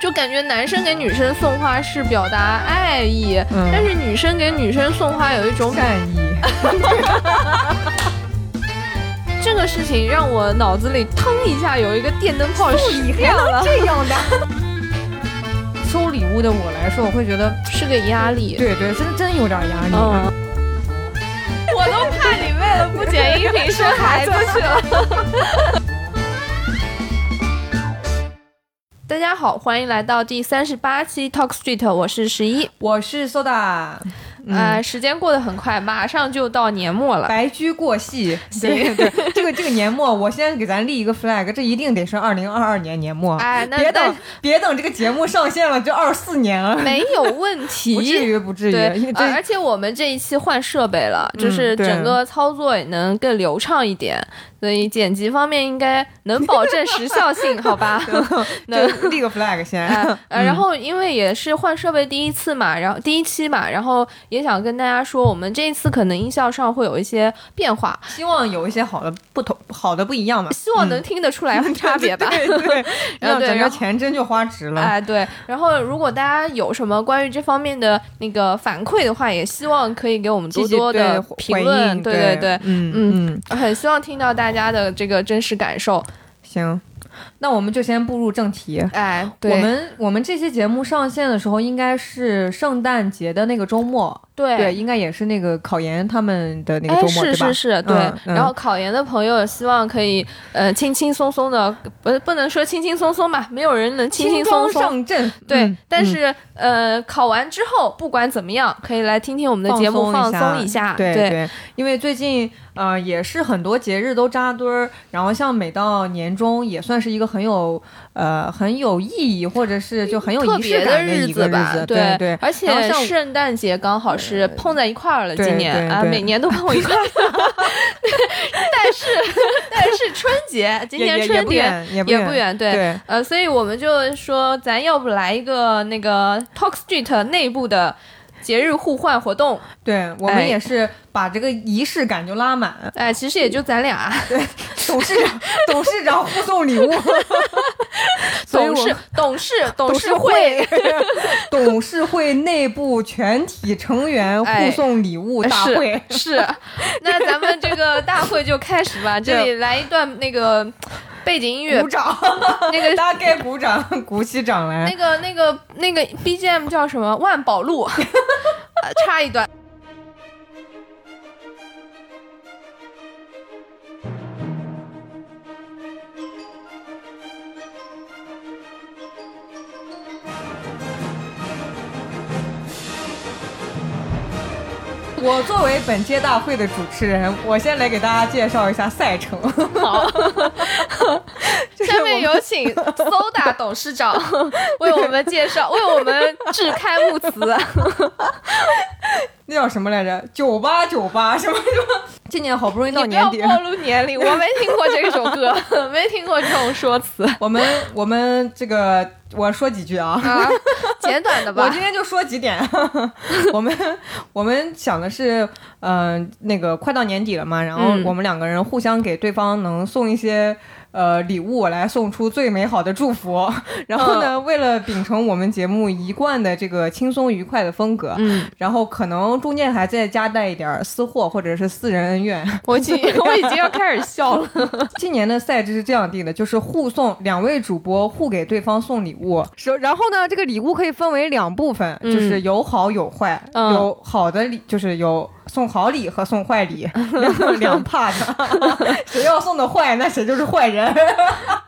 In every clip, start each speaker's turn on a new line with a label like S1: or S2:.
S1: 就感觉男生给女生送花是表达爱意，
S2: 嗯
S1: 但是女生给女生送花有一种
S2: 善意。
S1: 这个事情让我脑子里腾一下有一个电灯泡失掉了，
S2: 这样的。收礼物的我来说，我会觉得，
S1: 是个压力。
S2: 对对，真真有点压力。
S1: 嗯，我都怕你为了不剪音频生孩子去了。 大家好，欢迎来到第三十八期 Talk Street，我是十一。
S2: 我是 soda，嗯
S1: 呃，时间过得很快，马上就到年末了。
S2: 白驹 过隙。对对，对这个这个年末，我先给咱立一个 flag，这一定得是二零二二年年末。
S1: 哎，那
S2: 别
S1: 但
S2: 等别等这个节目上线了，就二四年了，
S1: 没有问题，
S2: 不至于不至于，
S1: 对
S2: 因为，
S1: 呃而
S2: 这
S1: 且我们这一期换设备了，就是
S2: 嗯对
S1: 整个操作也能更流畅一点，所以剪辑方面应该能保证时效性，好 吧？能。
S2: 就立个 flag 先。
S1: 呃，呃然后因为也是换设备第一次嘛，然后第一期嘛，然后也想跟大家说，我们这一次可能音效上会有一些变化，
S2: 希望有一些好的不同，好的不一样吧。
S1: 希望能听得出来 差别吧。
S2: 嗯 对对，
S1: 然后
S2: 让
S1: 对
S2: 整
S1: 然
S2: 个
S1: 后
S2: 钱真就花值了。
S1: 哎，对，然后如果大家有什么关于这方面的那个反馈的话，也希望可以给我们多
S2: 积极
S1: 多
S2: 对
S1: 的
S2: 回
S1: 评
S2: 回
S1: 论，
S2: 应
S1: 对
S2: 对
S1: 对，
S2: 嗯
S1: 嗯很希望听到大家的这个真实感受。
S2: 行，那我们就先步入正题。
S1: 哎，对，
S2: 我们我们这期节目上线的时候，应该是圣诞节的那个周末，
S1: 对。
S2: 应该也是那个考研他们的那个
S1: 哎，
S2: 周末，
S1: 是
S2: 对吧？
S1: 是是，对。
S2: 嗯嗯
S1: 然后考研的朋友，希望可以呃轻轻松松的，不不能说轻轻松松吧，没有人能轻轻松松。
S2: 装上阵，
S1: 对，
S2: 嗯
S1: 但
S2: 嗯
S1: 是呃，考完之后不管怎么样，可以来听听我们的节目，放松一下。
S2: 对
S1: 对
S2: 因为最近呃也是很多节日都扎堆儿，然后像每到年终也算是一个很有呃很有意义或者是就很有
S1: 特
S2: 仪式
S1: 别
S2: 感
S1: 日
S2: 一个
S1: 吧，
S2: 日子对对，
S1: 而且
S2: 然后像
S1: 圣诞节刚好是碰在一块儿了，
S2: 对
S1: 今年
S2: 对
S1: 啊，
S2: 对
S1: 每年都碰一块 儿， 但是但是春节，今
S2: 也
S1: 年
S2: 也
S1: 春
S2: 不
S1: 节。
S2: 远也
S1: 也不
S2: 不
S1: 远，对，
S2: 对
S1: 呃，所以我们就说，咱要不来一个那个 Talk Street 内部的节日互换活动，
S2: 对，我
S1: 哎
S2: 们也是把这个仪式感就拉满，
S1: 哎、其实也就咱俩，啊
S2: 董事长董事长互送礼物，所以
S1: 董
S2: 我
S1: 事、董事、董
S2: 董
S1: 事
S2: 事
S1: 会
S2: 会，董事会内部全体成员
S1: 哎
S2: 互送礼物大
S1: 是
S2: 会。
S1: 是，那咱们这个大会就开始吧。这里来一段那个背景音乐
S2: 鼓，掌，
S1: 那个哎
S2: 大概鼓掌，鼓起掌来。
S1: 那个那个那个 BGM 叫什么？万宝路，呃插一段。
S2: 我作为本届大会的主持人，我先来给大家介绍一下赛程。
S1: 好，
S2: 是
S1: 下面有请 Soda 董事长为我们介 绍，为我们致开幕词。
S2: 那叫什么来着？九八九八什么什么？今年好不容易到
S1: 你不
S2: 年
S1: 要
S2: 底，
S1: 暴露年龄，我没听过这首 歌，没听过这种说辞
S2: 我们我们这个我说几句啊。
S1: 啊，简短的
S2: 我
S1: 吧
S2: 今。天就说几点， 我们我们想的是，嗯、那个快到年底了嘛，然后
S1: 嗯
S2: 我们两个人互相给对方能送一些呃礼物，来送出最美好的祝福。 然后
S1: 嗯
S2: 呢，为了秉承我们节目一贯的这个轻松愉快的风格，
S1: 嗯，
S2: 然后可能中间还再加带一点儿私货或者是私人恩怨。
S1: 我 已经我已经要开始笑了。
S2: 今年的赛制是这样定的，就是互送两位主播互给对方送礼物，是然后呢，这个礼物可以分为两部分，
S1: 嗯
S2: 就是有好有坏，
S1: 嗯
S2: 有好的礼就是有送好礼和送坏 礼两两 part，谁 要送的坏，那谁就是坏人。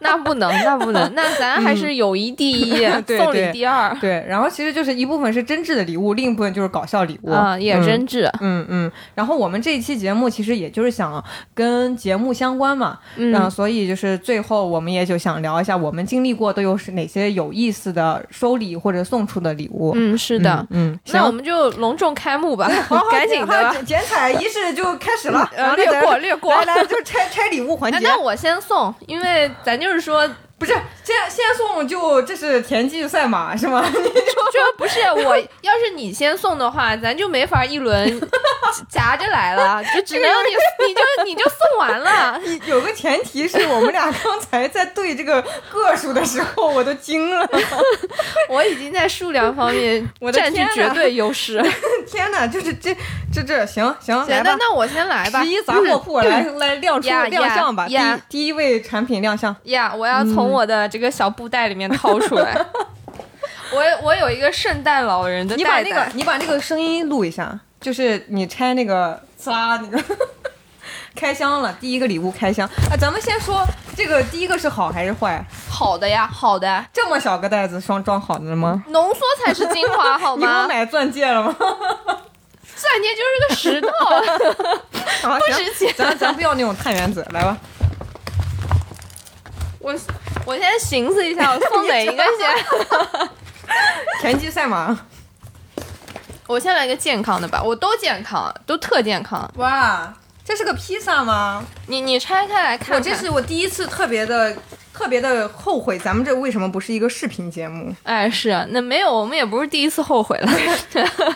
S1: 那不能，那不 能，那咱还是友谊第一，
S2: 对
S1: 送礼
S2: 对
S1: 第二，
S2: 对，然后其实就是一部分是真挚的礼物，另一部分就是搞笑礼物。
S1: 啊，也
S2: 嗯
S1: 真挚，
S2: 嗯嗯，然后我们这一期节目其实也就是想跟节目相关嘛，
S1: 嗯
S2: 然后所以就是最后我们也就想聊一下我们经历过都有是哪些有意思的收礼或者送出的礼物。
S1: 嗯，是的。
S2: 嗯，嗯
S1: 那我
S2: 行，
S1: 们就隆重开幕 吧，
S2: 好好
S1: 赶紧的
S2: 好好
S1: 吧，
S2: 剪剪彩仪式就开始了，然
S1: 呃，
S2: 后
S1: 略
S2: 咱
S1: 过略过。
S2: 来来就拆拆礼物环
S1: 那
S2: 节，
S1: 那我先送，因为咱就是说，
S2: 不是先先送就这是田忌赛马是吗？
S1: 这不是是我，要是你先送的话，咱就没法一轮夹着来 了，就只能让你，你就你就送完了。
S2: 你有个前提是我们俩刚才在对这个个数的时候，我都惊了。
S1: 我已经在数量方面
S2: 我的
S1: 占据
S2: 天啊
S1: 绝
S2: 呐
S1: 对优势。
S2: 天哪，就是这这这行行
S1: 行
S2: 来，
S1: 那
S2: 吧，
S1: 那我先来吧
S2: 十。一杂货铺来 来亮出
S1: 呀
S2: 亮相吧。第
S1: 呀
S2: 一第一位产品亮相，
S1: 呀我要从
S2: 嗯
S1: 我的这个小布袋里面掏出 来。我我有一个圣诞老人的
S2: 你把
S1: 袋
S2: 那
S1: 袋
S2: 个，你把这个声音录一下，就是你拆那个 呲啦那个 开箱了，第一个礼物开箱啊，咱们先说这个第一个是好还是坏？
S1: 好的呀，好的，
S2: 这么小个袋子装装好了吗？
S1: 浓缩才是精 华，好
S2: 你不是
S1: 吗？
S2: 买钻戒了吗？
S1: 钻戒就是个石头，
S2: 啊，
S1: 不
S2: 行，
S1: 值钱。
S2: 咱咱不要那种碳原子，来吧，
S1: 我我先寻思一下，我送哪一个先？
S2: 拳击赛马。
S1: 我先来个健康的吧，我都健康，都特健康。
S2: 哇，这是个披萨吗？
S1: 你你拆开来看看，
S2: 我这是我第一次特别的。特别的后悔，咱们这为什么不是一个视频 节目？
S1: 哎是那没有，我们也不是第一次后 悔了。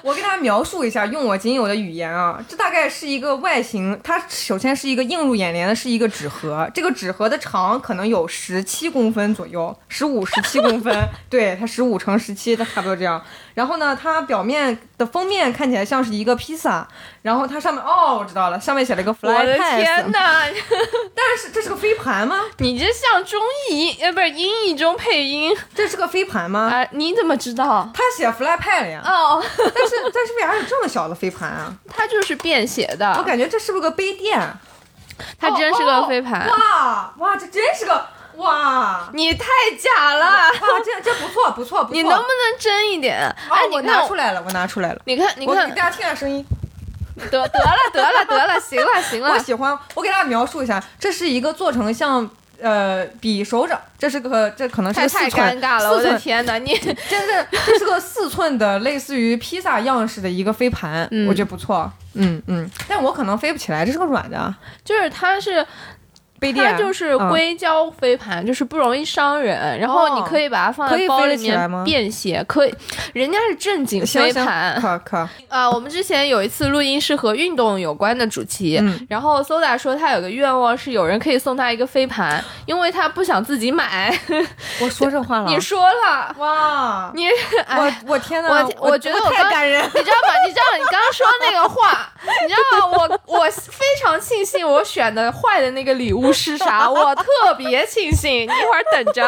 S2: 我给大家描述一下，用我仅有的语言啊，这大概是一个外形，它首先是一个映入眼帘的是一个纸盒，这个纸盒的长可能有十七公分左右，十五、十七 公分，对，它十五乘十七，它差不多这样。然后呢，它表面的封面看起来像是一个披萨，然后它上面哦，我知道了，上面写了一个 fly
S1: 我的
S2: pass，
S1: 天哪，
S2: 但是这是个飞盘吗？
S1: 你这像中译呃不是英译中配音
S2: 这是个飞盘吗？
S1: 啊？你怎么知道？
S2: 他写 fly 派了呀，
S1: 哦，
S2: 但是但是为啥有这么小的飞盘啊？
S1: 它就是便携
S2: 我
S1: 的，
S2: 感觉这是不是个杯垫？
S1: 它真是个飞盘。
S2: 哇哇，这真是个哇
S1: 你太假了，
S2: 哇，这这不错不错不错。
S1: 你能不能真一点？
S2: 哦
S1: 哎，，你
S2: 我拿
S1: 看
S2: 出，来了，我拿出来了。
S1: 你看，你
S2: 我
S1: 看
S2: 给，大家听下声音，
S1: 得得了得了得了，行 了行
S2: 我
S1: 了，
S2: 喜欢。我给大家描述一下，这是一个做成像呃比手掌，这是个这可能是
S1: 太
S2: 个四
S1: 太尴
S2: 寸，
S1: 尬了，我
S2: 四
S1: 的
S2: 寸，
S1: 天哪，你
S2: 这是这是个四寸的，类似于披萨样式的一个飞盘，
S1: 嗯
S2: 我觉得不错。嗯嗯，但我可能飞不起来，这是个软的啊
S1: 就是它 是
S2: 杯垫，
S1: 它就是
S2: 嗯
S1: 硅胶飞盘，就是不容易伤人，然后
S2: 哦
S1: 你可以把它放
S2: 可
S1: 在
S2: 以
S1: 包
S2: 飞
S1: 里
S2: 得起来
S1: 面
S2: 吗
S1: 便携，可以，人家是正经
S2: 行
S1: 飞
S2: 行
S1: 盘
S2: 可可，
S1: 啊。我们之前有一次录音是和运动有关的主题，
S2: 嗯
S1: 然后 Soda 说他有个愿望是有人可以送他一个飞盘，因为他不想自己买。
S2: 啊 我说这话 了，
S1: 你说了，
S2: 哇，
S1: 你哎
S2: 我。我天呐，
S1: 我我觉得我
S2: 太
S1: 刚
S2: 感人了，
S1: 你知道吗？你知道你刚刚说那个话，你知道吗我我非常庆幸我选的坏的那个礼物是啥，我特别庆幸。你一会儿等着，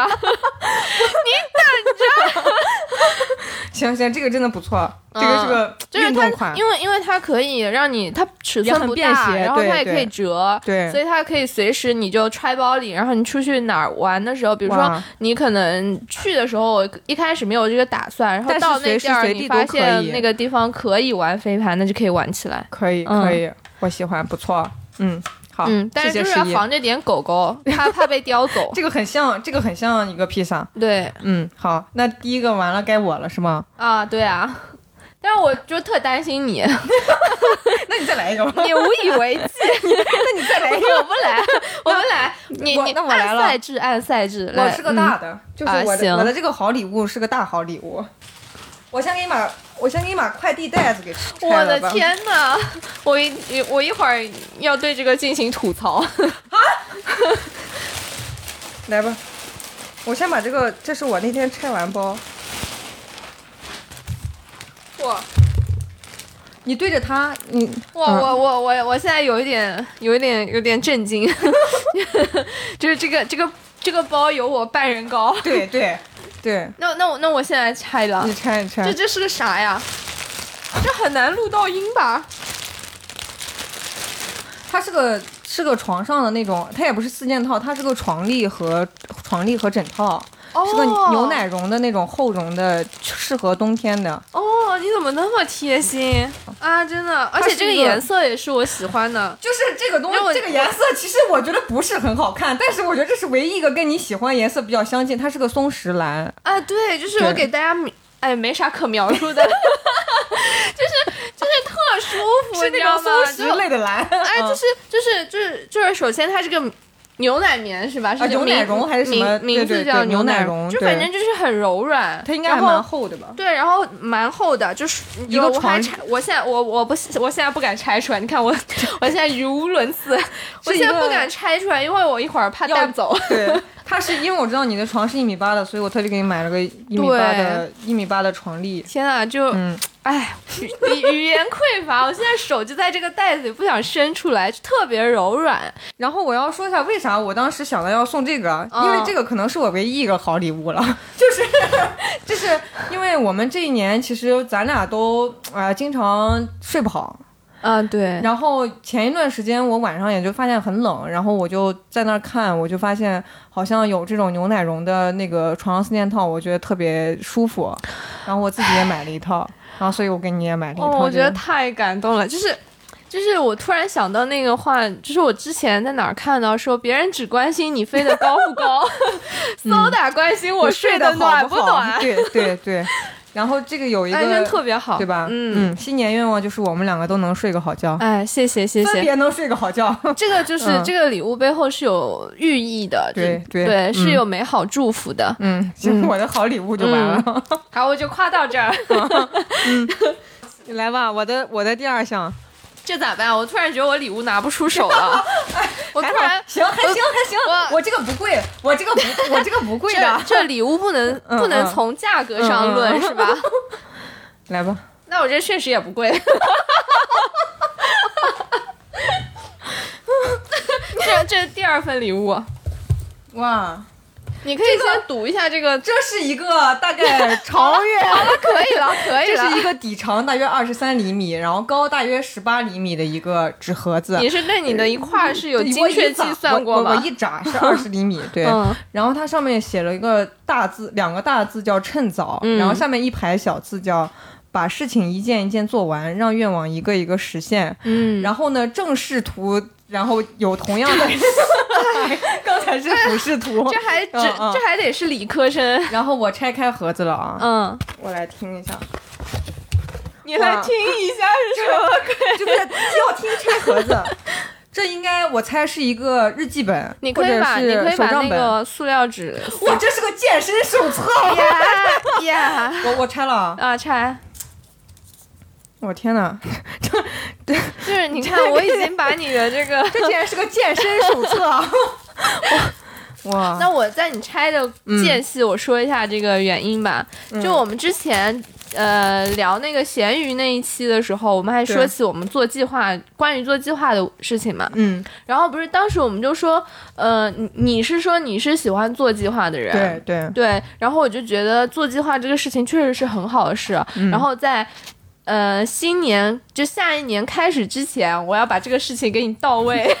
S2: 行行，这个真的不错，这个是个
S1: 嗯就是
S2: 运
S1: 它
S2: 动款，，
S1: 因为因为它可以让你它尺
S2: 也
S1: 寸
S2: 很
S1: 不
S2: 便
S1: 大，
S2: 携
S1: 然后
S2: 对
S1: 它也可以
S2: 对
S1: 折，
S2: 对
S1: 所以它可以随时你就揣包里，然后你出去哪儿玩的时候，比如说
S2: 哇
S1: 你可能去的时候一开始没有这个打算，然后
S2: 但是
S1: 到那
S2: 随时
S1: 地儿
S2: 随
S1: 你
S2: 地
S1: 发
S2: 都可
S1: 现
S2: 以
S1: 那个地方可以玩飞盘，那就可以玩起来。
S2: 可以
S1: 嗯
S2: 可以，我喜欢，不错，嗯，好，
S1: 嗯，但是
S2: 谢
S1: 就
S2: 谢
S1: 是要
S2: 十一
S1: 防着点狗狗，怕怕被叼走。
S2: 这个很像，这个很像一个披萨，
S1: 对
S2: 嗯，好，那第一个完了该我了是 吗？
S1: 啊，对啊，但是我就特担心你，
S2: 那你再来一个吧，
S1: 你无以为继。
S2: 那你再来一个，
S1: 我不来，我不来，你
S2: 我
S1: 你
S2: 那我来
S1: 按
S2: 了
S1: 赛制按赛制来。
S2: 我是个大的，就是
S1: 啊
S2: 我的、
S1: 行
S2: 我的这个好礼物是个大好礼物，我先给你把我先给你把快递袋子给拆
S1: 嗯。我
S2: 了
S1: 的
S2: 吧，
S1: 天呐， 我一我一会儿要对这个进行吐槽。
S2: 来吧，我先把这个，这是我那天拆完包，
S1: 哇
S2: 你对着它，你嗯
S1: 哇，我我我我现在有一点有一点有点震惊， 就是这个这个这个包有我半人高。
S2: 对对 对，
S1: 那那我那我现在拆了
S2: 你，拆你
S1: 这
S2: 拆，
S1: 这是个啥呀？这很难录到音吧？
S2: 它是个是个床上的那种，它也不是四件套，它是个床笠和床笠和枕套，
S1: 哦，
S2: 是个牛奶绒的那种厚绒的，适合冬天的。
S1: 哦，你怎么那么贴心啊！真的，而且这个
S2: 是一个
S1: 颜色也是我喜欢的。
S2: 就是这个东
S1: 让我
S2: 这个颜色其实我觉得不是很好看，但是我觉得这是唯一一个跟你喜欢颜色比较相近，它是个松石蓝。
S1: 啊，对，就是我
S2: 对
S1: 给大家描，哎，没啥可描述 的，就是就是特舒服，
S2: 是
S1: 你
S2: 那
S1: 知道
S2: 种
S1: 吗？
S2: 松石
S1: 就
S2: 类的蓝，
S1: 哎，
S2: 嗯
S1: 就是就是就是就是，首先它这个牛奶棉是吧？是
S2: 啊牛奶
S1: 名
S2: 绒还是什么
S1: 名名
S2: 对
S1: 字
S2: 对
S1: 叫
S2: 对牛
S1: 奶
S2: 奶绒
S1: 就
S2: 对
S1: 反正就是很柔软，
S2: 它应该
S1: 然
S2: 还
S1: 后
S2: 蛮厚的吧？
S1: 对，然后蛮厚的，就是
S2: 一个
S1: 有我还
S2: 床
S1: 拆，我现在我我不我现在不敢拆出来，你看 我我现在语无伦次，我
S2: 是一
S1: 现在不
S2: 个
S1: 敢拆出来，因为我一会儿怕
S2: 要
S1: 带不走。
S2: 对，它是因为我知道你的床是一米八的，所以我特地给你买了个一米八的一米八的床笠。
S1: 天啊，就
S2: 嗯，
S1: 哎、语 语语言匮乏，我现在手就在这个袋子里，不想伸出来，就特别柔软。
S2: 然后我要说一下为啥我当时想到要送这个啊，
S1: 嗯
S2: 因为这个可能是我唯一一个好礼物了， 就是就是因为我们这一年其实咱俩都呃经常睡不好，
S1: 啊，对，
S2: 然后前一段时间我晚上也就发现很冷，然后我就在那儿看，我就发现好像有这种牛奶绒的那个床上四件套，我觉得特别舒服，然后我自己也买了一套，然后所以我给你也买了一套这
S1: 哦，
S2: 个。
S1: 我觉得太感动了，就是。就是我突然想到那个话，就是我之前在哪儿看到说，别人只关心你飞得高不 高，Soda 关心嗯我睡
S2: 得
S1: 暖
S2: 不
S1: 暖，
S2: 对对对，然后这个有一
S1: 哎，真
S2: 个
S1: 特别好，
S2: 对吧？
S1: 嗯，
S2: 嗯，新年愿望就是我们两个都能睡个好觉，
S1: 哎，谢谢谢
S2: 分
S1: 谢。
S2: 别能睡个好觉。
S1: 这个就是、
S2: 嗯
S1: 这个礼物背后是有寓意的，就
S2: 对
S1: 对
S2: 对嗯
S1: 是有美好祝福的。
S2: 嗯，行，我的好礼物就完了。
S1: 好，我就夸到这儿，嗯
S2: 来吧，我的我的第二项，
S1: 这咋办？我突然觉得我礼物拿不出手 了，哎我突
S2: 还
S1: 然
S2: 好，行，还行，还行。
S1: 我
S2: 我这个不贵，我这个不，我这个不贵
S1: 这
S2: 的。
S1: 这礼物不能
S2: 嗯
S1: 不能
S2: 嗯
S1: 从价格上论、
S2: 嗯嗯
S1: 是吧？
S2: 来吧，
S1: 那我这确实也不贵。 这这是第二份礼物，
S2: 哇，
S1: 你可以先读一下这个。
S2: 这是一个 大概长约，
S1: 可以了，可以
S2: 这是
S1: 了。
S2: 一个底长大约二十三厘米，然后高大约十八厘米的一个纸盒子。
S1: 你是对你的一块儿是有
S2: 我一
S1: 精确
S2: 拃
S1: 计算过
S2: 我我
S1: 吗
S2: 我？一拃是二十厘米，对。
S1: 嗯
S2: 然后它上面写了一个大字，两个大字叫“趁早”，
S1: 嗯
S2: 然后下面一排小字叫“把事情一件一件做完，让愿望一个一个实现”。
S1: 嗯，
S2: 然后呢，正视图，然后有同样的， 刚才是俯视图。
S1: 这还只
S2: 嗯嗯
S1: 这还得是理科生。
S2: 然后我拆开盒子了啊，
S1: 嗯，
S2: 我来听一下，
S1: 你来
S2: 哇
S1: 听一下是什么鬼？
S2: 就在要听拆盒 子。这应该我猜是一个日记本，
S1: 你可以把
S2: 或
S1: 你
S2: 者
S1: 可
S2: 是
S1: 以
S2: 手
S1: 把
S2: 账
S1: 那
S2: 本。
S1: 个塑料纸。
S2: 哇，这是个健身手册！
S1: 呀呀
S2: 我我拆了啊！
S1: 啊，拆。
S2: 我天哪，
S1: 就是你看，我已经把你的这个。
S2: 这竟然是个健身手册！ 哇，
S1: 啊那我在你拆的间隙，我说一下这个原因吧。
S2: 嗯
S1: 就我们之前呃聊那个闲鱼那一期的时候，我们还说
S2: 对
S1: 起我们做计划，关于做计划的事情嘛。
S2: 嗯，
S1: 然后不是当时我们就说，呃，你你是说你是喜欢做计划的人，
S2: 对对，
S1: 对，然后我就觉得做计划这个事情确实是很好的事。啊
S2: 嗯
S1: 然后在呃新年就下一年开始之前，我要把这个事情给你到位，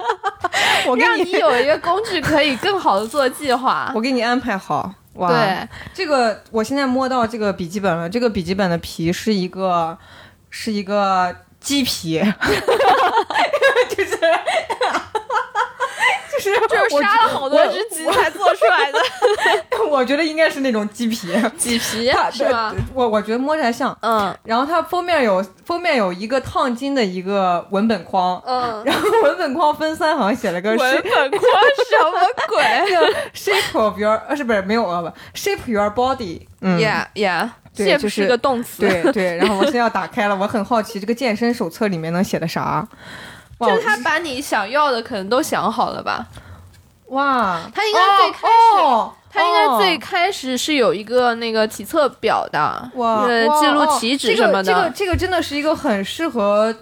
S2: 我给
S1: 让你
S2: 你
S1: 有一个工具可以更好的做计划
S2: 我。给你安排好。哇，
S1: 对，
S2: 这个我现在摸到这个笔记本了，这个笔记本的皮是一个是一个鸡皮， 就是。 就是
S1: 就是
S2: 我
S1: 杀了好多
S2: 我
S1: 只鸡才做出来的
S2: 我觉得应该是那种鸡皮，
S1: 鸡皮
S2: 它
S1: 是吗？？
S2: 我我觉得摸着还像。
S1: 嗯
S2: 然后它封面有封面有一个烫金的一个文本框，
S1: 嗯，
S2: 然后文本框分三行写了个
S1: 文
S2: shape
S1: 本框什么鬼
S2: shape of your，呃，是不是没有 of shape your body？嗯
S1: ？Yeah yeah，
S2: 对
S1: 这
S2: 就
S1: 不是
S2: 是
S1: 个动词，
S2: 对对，然后我现在要打开了，我很好奇这个健身手册里面能写的啥。哇
S1: 就是他把你想要的可能都想好了吧？
S2: 哇，
S1: 他应该最开始
S2: 哦
S1: 它应该最
S2: 哦
S1: 开始是有一个那个体测表的，
S2: 哇
S1: 呃，
S2: 哇
S1: 记录
S2: 哦
S1: 体脂什么的。
S2: 这个这个这个真的是一个很适合。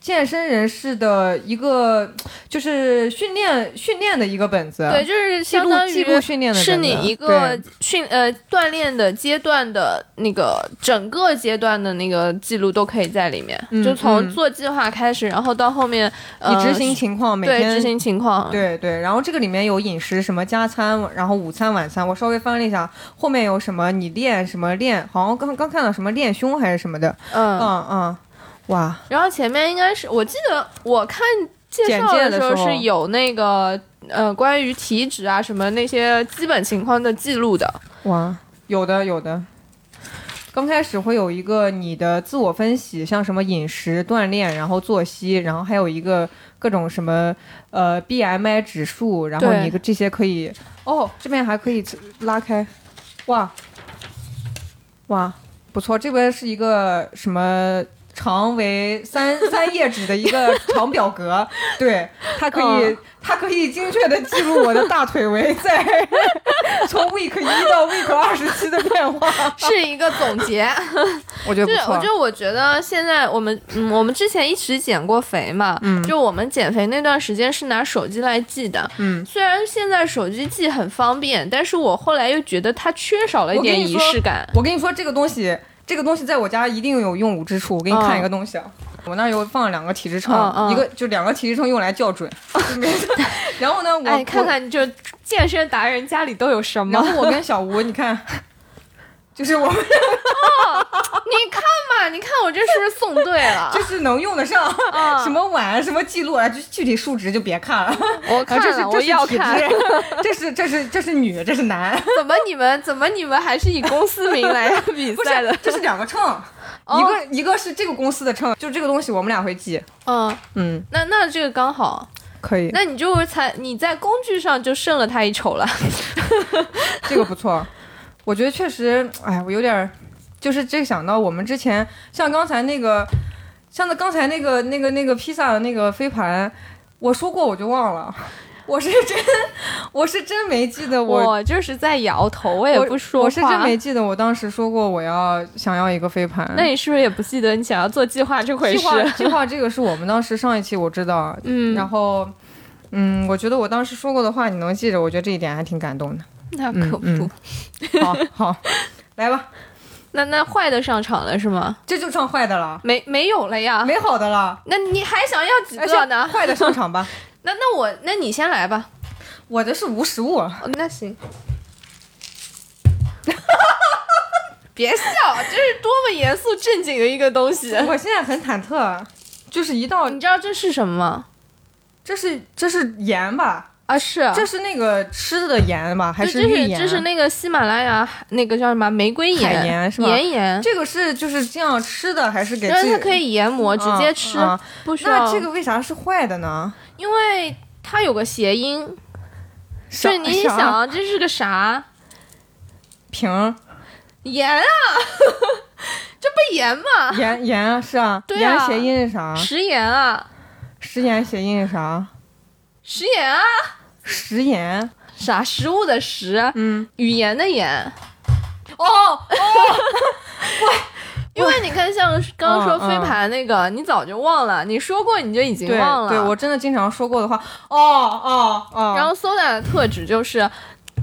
S2: 健身人士的一个就是训练训练的一个本子，
S1: 对，就是
S2: 记
S1: 相当
S2: 录
S1: 于
S2: 记录训练的本子，
S1: 是你一个
S2: 对
S1: 训呃锻炼的阶段的那个整个阶段的那个记录都可以在里面，
S2: 嗯
S1: 就从
S2: 嗯
S1: 做计划开始，然后到后面呃
S2: 你执行情况，每
S1: 对
S2: 天
S1: 执行情况，
S2: 对对，然后这个里面有饮食什么加餐，然后午餐、晚餐，我稍微翻了一下，后面有什么你练什么练，好像刚刚看到什么练胸还是什么的，
S1: 嗯，
S2: 嗯嗯，哇，
S1: 然后前面应该是我记得我看介绍
S2: 简介
S1: 的
S2: 的
S1: 时
S2: 时
S1: 候
S2: 候
S1: 是有那个呃关于体脂啊什么那些基本情况的记录的，
S2: 哇，有的有的，刚开始会有一个你的自我分析，像什么饮食、锻炼，然后作息，然后还有一个各种什么呃 BMI 指数，然后
S1: 对
S2: 你这些可以哦，这边还可以拉开，哇哇，不错，这边是一个什么？长为三三页纸的一个长表格，对，它可
S1: 嗯
S2: 以、它可以精确的记录我的大腿围在从 week 一到 week 二十七的变化，
S1: 是一个总结。
S2: 我觉
S1: 就
S2: 得不
S1: 是
S2: 错。
S1: 我就我觉得现在我们嗯，我们之前一直减过肥嘛，
S2: 嗯
S1: 就我们减肥那段时间是拿手机来记的。
S2: 嗯，
S1: 虽然现在手机记很方便，但是我后来又觉得它缺少了一
S2: 我跟
S1: 点
S2: 你
S1: 仪
S2: 说
S1: 式感。
S2: 我跟你说这个东西，这个东西在我家一定有用武之处。我给你看一个东西啊，我那儿有放两个体脂秤，
S1: 嗯嗯
S2: 一个就两个体脂秤用 来校准。 然后呢，我、
S1: 哎，你看
S2: 我，
S1: 看，就健身达人家里都有什么
S2: 然？后我跟小吴，你看，就是 我们
S1: 你看嘛，你看我这是不是送对了
S2: 就？是能用得上、
S1: 啊
S2: 什么碗什么记录啊，就具体数值就别看了。
S1: 我
S2: 啊，
S1: 看
S2: 这
S1: 了，
S2: 是
S1: 我
S2: 这
S1: 要
S2: 是体
S1: 看。
S2: 质，这是这是这是女，这是男，
S1: 怎么你们怎么你们还是以公司名来比
S2: 不是
S1: 赛的？
S2: 这是两个秤，
S1: 哦
S2: 一个一个是这个公司的秤，就这个东西我们俩会记。
S1: 嗯，
S2: 嗯，
S1: 那那这个刚好，
S2: 可以。
S1: 那你就才你在工具上就胜了他一筹了。
S2: 这个不错，我觉得确实，哎，我有点儿，就是这想到我们之前像刚才那个，像那刚才那个那个那个披萨的那个飞盘，我说过我就忘了，我是真我是真没记得我。
S1: 我就是在摇头，我也不说话。嗯
S2: 我，我是真没记得我当时说过我要想要一个飞盘。
S1: 那你是不是也不记得你想要做计划这回
S2: 计
S1: 事？
S2: 划计划这个是我们当时上一期我知道，
S1: 嗯，
S2: 然后嗯，我觉得我当时说过的话你能记着，我觉得这一点还挺感动的。
S1: 那可不，
S2: 嗯嗯好好，来吧，
S1: 那那坏的上场了是吗？
S2: 这就算坏的了。啊
S1: 没没有了呀？
S2: 没好的了，
S1: 那你还想要几
S2: 而且
S1: 个呢？
S2: 坏的上 场吧。
S1: 那那我那你先来吧。
S2: 我的是无实物，
S1: 哦，那行。 别笑，这是多么严肃正经的一个东西。
S2: 我现在很忐忑，就是一道
S1: 你知道这是什么吗？
S2: 这是这是盐吧？
S1: 啊，是，
S2: 这是那个吃的盐吧？还
S1: 对，这
S2: 绿
S1: 是啊
S2: 盐？啊
S1: 这是那个喜马拉雅那个叫什么玫瑰盐，
S2: 海盐是吧
S1: 岩盐，
S2: 这个是就是这样吃的，还是给
S1: 然
S2: 自
S1: 后
S2: 己
S1: 它可以研磨，直接吃，
S2: 啊啊
S1: 不需要
S2: 那这个为啥是坏的呢？
S1: 因为它有个谐音，
S2: 啥
S1: 所以你
S2: 啥
S1: 想这是个啥
S2: 瓶儿
S1: 盐啊？ 这不盐吗？
S2: 盐盐啊是啊，
S1: 对啊
S2: 盐谐音是啥？
S1: 食盐啊，
S2: 食盐谐音是啥？
S1: 食盐啊，
S2: 食盐，
S1: 啥食物的食，啊
S2: 嗯，
S1: 语言的言。
S2: 哦哦，
S1: 因为你看，像刚刚说
S2: 嗯嗯
S1: 飞盘那个，你早就忘了，你说过你就已经
S2: 对
S1: 忘了。
S2: 对，我真的经常说过的话，哦哦哦，
S1: 然后 soda 的特质就是，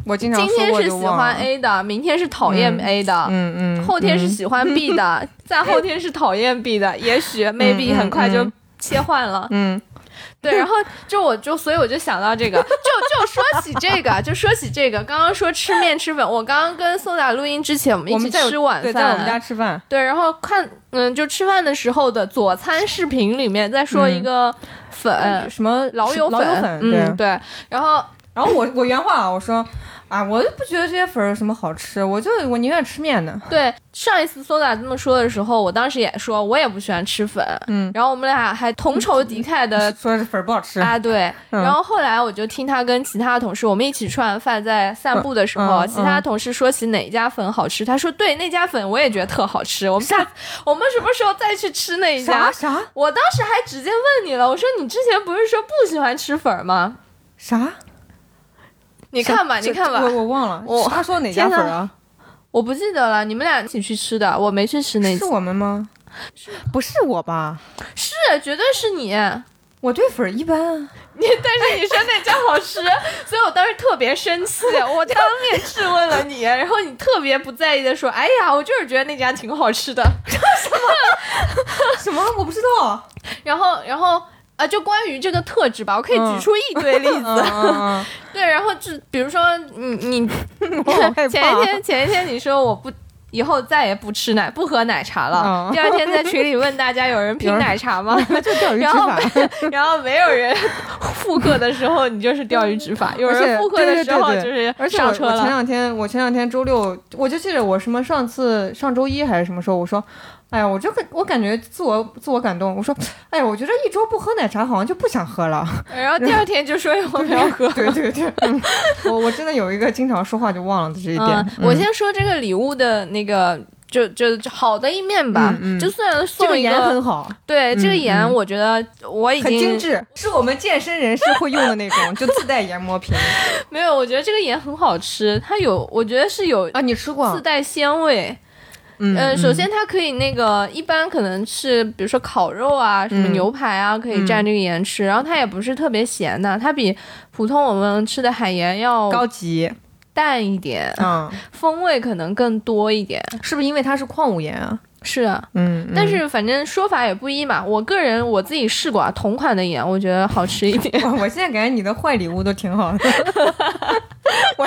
S2: 我经常
S1: 今
S2: 说
S1: 天
S2: 过
S1: 是
S2: 就
S1: 喜
S2: 忘了
S1: 欢 A 的，明天是讨厌
S2: 嗯
S1: A 的，
S2: 嗯嗯，
S1: 后天是
S2: 嗯
S1: 喜欢 B 的，再后天是讨厌 B 的，也许 maybe
S2: 嗯
S1: 很快就
S2: 嗯
S1: 切换了。
S2: 嗯，
S1: 对，然后就我就所以我就想到这个，就就说起这个， 就说起这个，刚刚说吃面吃粉，我刚刚跟 soda 录音之前，我们
S2: 我
S1: 一
S2: 们
S1: 起
S2: 在
S1: 吃晚
S2: 对，
S1: 饭，啊
S2: 在我们家吃饭，
S1: 对，然后看，嗯，就吃饭的时候的佐餐视频里面在说一个粉，
S2: 什么
S1: 呃老友
S2: 嗯呃老
S1: 粉，
S2: 友粉，对
S1: 嗯，。对，然后
S2: 然后我我原话啊，我说啊，我就不觉得这些粉儿有什么好吃，我就我宁愿吃面呢。
S1: 对上一次 soda 这么说的时候，我当时也说我也不喜欢吃粉，
S2: 嗯，
S1: 然后我们俩还同仇敌忾的。
S2: 说这粉儿不好吃，
S1: 呃啊，对，
S2: 嗯
S1: 然后后来我就听他跟其他同事，我们一起吃完饭在散步的时候，
S2: 嗯嗯
S1: 其他同事说起哪一家粉好吃，他说对，那家粉我也觉得特好吃，我们下我们什么时候再去吃那一家
S2: 啥？啥
S1: 我当时还直接问你了，我说你之前不是说不喜欢吃粉儿吗？
S2: 啥？
S1: 你看吧，
S2: 这
S1: 你看吧，
S2: 我
S1: 我
S2: 我忘了，
S1: 我
S2: 他说哪家粉儿啊？
S1: 不记得了，你们俩一起去吃的，我没去吃那
S2: 是
S1: 次，
S2: 我们吗？不是我吧？
S1: 是绝对是你，
S2: 我对粉儿一般啊。
S1: 你但是你说那家好吃，所以我当时特别生气，我当面质问了你，然后你特别不在意的说，哎呀，我就是觉得那家挺好吃的，
S2: 什么？我不知道。
S1: 然后然后。啊，就关于这个特质吧，我可以举出一堆例子。
S2: 嗯嗯
S1: 对，然后就比如说你你
S2: 嗯，我好害怕。
S1: 前一天前一天你说我不。以后再也不吃奶，不喝奶茶了。
S2: 嗯
S1: 第二天在群里问大家有人
S2: 有
S1: 品
S2: 人
S1: 奶茶吗？
S2: 那就钓鱼执
S1: 然后
S2: 法。
S1: 没，然后没有人
S3: 复刻的时候，你就是钓鱼执法；有
S2: 而且
S3: 人复刻的时候，
S2: 对对
S3: 就
S2: 对
S3: 是
S2: 而且我
S3: 上车
S2: 我前
S3: 了。
S2: 两天，我前两天周六，我就记得我什么上次上周一还是什么时候，我说，哎呀，我就感我感觉自我自我感动，我说，哎呀，我觉得一周不喝奶茶好像就不想喝了。
S1: 然后第二天就说我们要喝。
S2: 对对对，嗯我我真的有一个经常说话就忘了的这一点。
S1: 嗯，
S2: 嗯
S1: 我先说这个礼物的那个。就就就好的一面吧，
S2: 嗯嗯
S1: 就算
S2: 这
S1: 送
S2: 个
S1: 一个，
S2: 盐很好，
S1: 对这个
S2: 嗯
S1: 盐，
S2: 嗯
S1: 我觉得我已
S2: 很
S1: 经
S2: 精致，是我们健身人士会用的那种，就自带研磨瓶
S1: 没有，我觉得这个盐很好吃，它有，我觉得是有
S2: 啊。你吃过
S1: 自？带鲜味。
S2: 嗯
S1: 嗯，首先它可以那个，一般可能是比如说烤肉啊，什么
S2: 嗯
S1: 牛排啊，可以蘸这个盐吃。然后它也不是特别咸的，它比普通我们吃的海盐要
S2: 高级，
S1: 淡一点，
S2: 嗯，
S1: 风味可能更多一点。
S2: 是不是因为它是矿物盐啊？
S1: 是啊，
S2: 嗯，嗯
S1: 但是反正说法也不一嘛。我个人我自己试过啊，同款的盐，我觉得好吃一点。
S2: 哇，我现在感觉你的坏礼物都挺好的， 我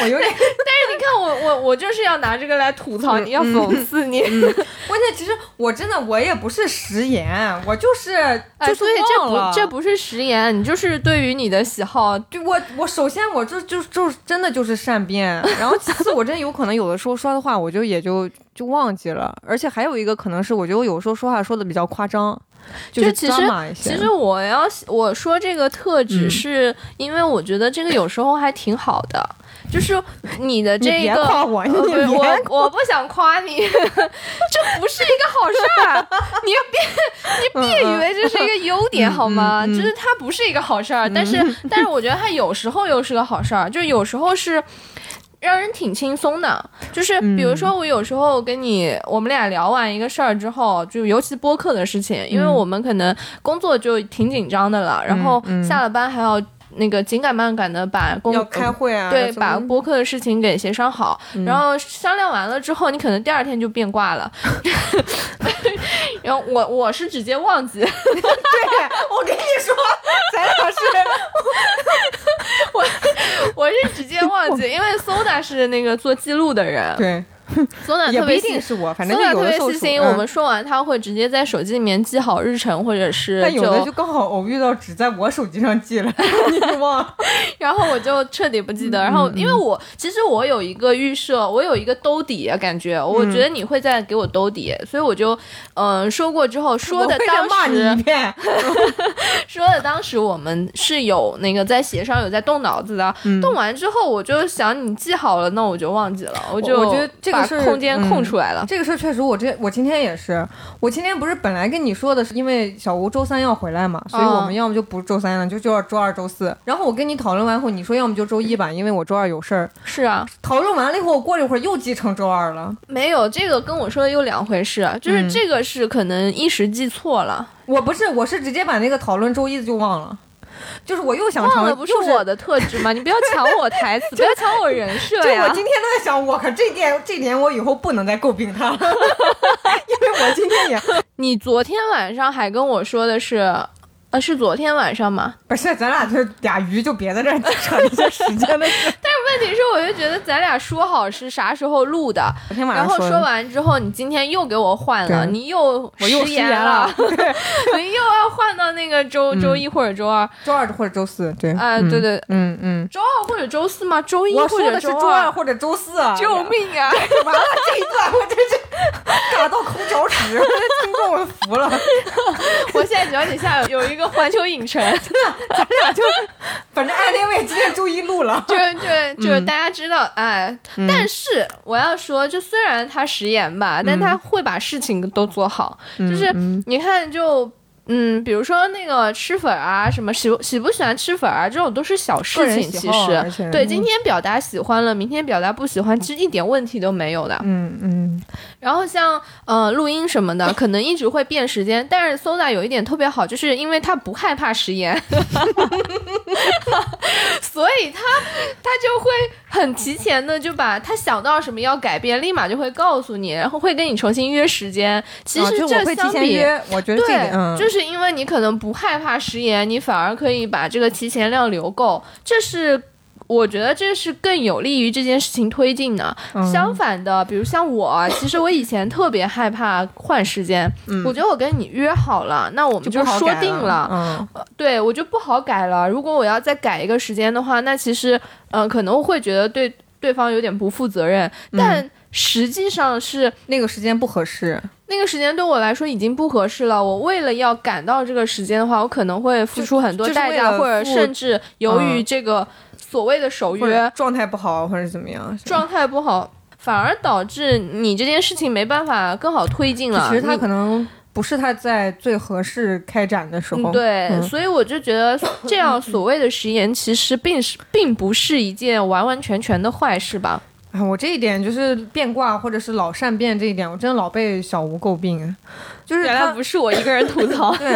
S2: 我有 点，
S1: 你看我我我就是要拿这个来吐槽你，要讽刺你。
S2: 关键其实我真的我也不是食言，我就是
S1: 哎，
S2: 就是
S1: 所以这
S2: 忘了，
S1: 不这不是食言，你就是对于你的喜好，
S2: 对我我首先我这就就是真的就是善 变，然后其次我真有可能有的时候说的话我就也就就忘记了，而且还有一个可能是我觉得我有时候说话说的比较夸张，
S1: 就是其实
S2: drama 一些嗯
S1: 其实我要我说这个特质，是因为我觉得这个有时候还挺好的，就是你的
S2: 你
S1: 这
S2: 别
S1: 个。
S2: 夸我，你
S1: 呃不
S2: 别
S1: 是我我不想夸你， 这不是一个好事儿，啊 你别你别
S2: 嗯
S1: 以为这是一个优点好吗？就是它不是一个好事儿，但是
S2: 嗯
S1: 但是我觉得它有时候又是个好事儿，就是有时候是。让人挺轻松的，就是比如
S2: 嗯
S1: 说我有时候跟你、我们俩聊完一个事儿之后，就尤其播客的事情，因为
S2: 嗯
S1: 我们可能工作就挺紧张的了，然后下了班还要那个紧赶慢赶的把工
S2: 嗯要开会啊，
S1: 对，
S2: 怎么 嗯
S1: 把播客的事情给协商好，然后商量完了之后，你可能第二天就变卦了。 然后我我是直接忘记，
S2: 对，我跟你说，咱俩是
S1: 我是直接忘记，因为 Soda 是那个做记录的人
S2: 对，
S1: ，Soda
S2: 也
S1: 特
S2: 不
S1: 别
S2: 一
S1: 细
S2: 定。是我，反正就
S1: Soda
S2: 有
S1: 特
S2: 的
S1: 别
S2: 时候
S1: 细
S2: 是
S1: 心，
S2: 嗯
S1: 我们说完他会直接在手机里面记好日程，或者是
S2: 但有的
S1: 就
S2: 就，刚好偶遇到只在我手机上记了， 你就忘了。
S1: 然后我就彻底不记
S2: 嗯
S1: 得。然后因为我其实我有一个预设，我有一个兜底啊，感觉我
S2: 嗯
S1: 觉得你会再给我兜底，所以我就嗯、呃说过之后说
S2: 我
S1: 的
S2: 会
S1: 当
S2: 再
S1: 时
S2: 骂你一遍，
S1: 说的当时我们是有那个在协商，有在动脑子的。动完之后，我就想你记好了，那我就忘记了，我就
S2: 我觉得这个
S1: 把
S2: 是
S1: 空间空出来了。
S2: 这个事儿确实，我这我今天也是，我今天不是本来跟你说的是，因为小吴周三要回来嘛，所以我
S1: 嗯
S2: 们要么就不是周三了，就就要周二、周四。然后我跟你讨论完后，你说要么就周一吧，因为我周二有事儿。
S1: 是啊，
S2: 讨论完了以后，我过了一会儿又记成周二了。
S1: 没有这个跟我说的又两回事，啊就是这个是可能一时记错了，
S2: 我不是，我是直接把那个讨论周一的就忘了，就是我又想成
S1: 忘了不是
S2: 又是
S1: 我的特质 吗？你不要抢我台 词，不要抢我人设
S2: 就我
S1: 呀
S2: 今。天都在想，我靠，这点这点我以后不能再诟病他了， 因为我今天也
S1: 你昨天晚上还跟我说的是，呃，是昨天晚上吗？
S2: 不是，咱俩就俩鱼就别在这儿扯那些时间的事。
S1: 问题是，我就觉得咱俩说好是啥时候录的，
S2: 昨天晚
S1: 然
S2: 上
S1: 后
S2: 的
S1: 说完之后，你今天又给我换了，
S2: 对
S1: 你又
S2: 我又
S1: 食
S2: 失
S1: 言
S2: 言
S1: 了
S2: 了，嗯
S1: 你又要换到那个周周一或者周二，
S2: 周二或者周四，对，
S1: 哎，
S2: 嗯
S1: 对，对，
S2: 嗯嗯，
S1: 周二或者周四吗？周一
S2: 我
S1: 或
S2: 说
S1: 者
S2: 的是周
S1: 二
S2: 二？或者周四啊，
S1: 救命 啊！
S2: 完了这一段我真是 尬到抠 脚趾，听众我服了，
S1: 我现在只要底下有有一个环球影城，
S2: 咱俩就反正安利卫今天周一录了，
S1: 就就就
S2: 嗯
S1: 大家知道，哎，但是我要说，就虽然他食言吧，
S2: 嗯
S1: 但他会把事情都做好，就是你看就。嗯，比如说那个吃粉儿啊，什么喜喜不喜欢吃粉儿啊，这种都是小事
S2: 个人
S1: 情。
S2: 喜
S1: 其
S2: 好
S1: 实
S2: 而，且
S1: 对，
S2: 嗯
S1: 今天表达喜欢了，明天表达不喜欢，其实一点问题都没有的。
S2: 嗯嗯，
S1: 然后像呃录音什么的，可能一直会变时间，但是 Soda 有一点特别好，就是因为他不害怕食言， 所以他他就会很提前的就把他想到什么要改变，立马就会告诉你，然后会跟你重新约时间。其
S2: 啊
S1: 实
S2: 就我
S1: 这
S2: 会提
S1: 相
S2: 前
S1: 比。
S2: 约，我觉得这
S1: 对
S2: 点，，嗯，
S1: 就是因为你可能不害怕食言，你反而可以把这个提前量留够，这是我觉得这是更有利于这件事情推进的。
S2: 嗯
S1: 相反的，比如像我 啊，其实我以前特别害怕换时间，我觉得我跟你约好了，那我们
S2: 嗯不好
S1: 说
S2: 改
S1: 定
S2: 了，嗯，
S1: 对我就不好改了。如果我要再改一个时间的话，那其实嗯、呃可能会觉得对对方有点不负责任，
S2: 嗯
S1: 但实际上是
S2: 那个时间不合适，
S1: 那个时间对我来说已经不合适了。我为了要赶到这个时间的话，我可能会付出很多
S2: 就是
S1: 代
S2: 为了
S1: 价，或者
S2: 付
S1: 甚至由于
S2: 嗯
S1: 这个所谓的守
S2: 或者
S1: 约
S2: 状态不好，或者怎么样。是吧
S1: 状态不好，反而导致你这件事情没办法更好嗯推进了。
S2: 其实他
S1: 你
S2: 可能不是他在最合适开展的时
S1: 嗯，
S2: 候，
S1: 对，
S2: 嗯
S1: 所以我就觉 得这样所谓的食言，其实并是并不是一件完完全全的坏事吧？
S2: 哎，我这一点就是变卦或者是老善变这一点，我真的老被小吴诟病，啊就是
S3: 原来
S2: 他，
S3: 不是我一个人吐槽
S2: 对，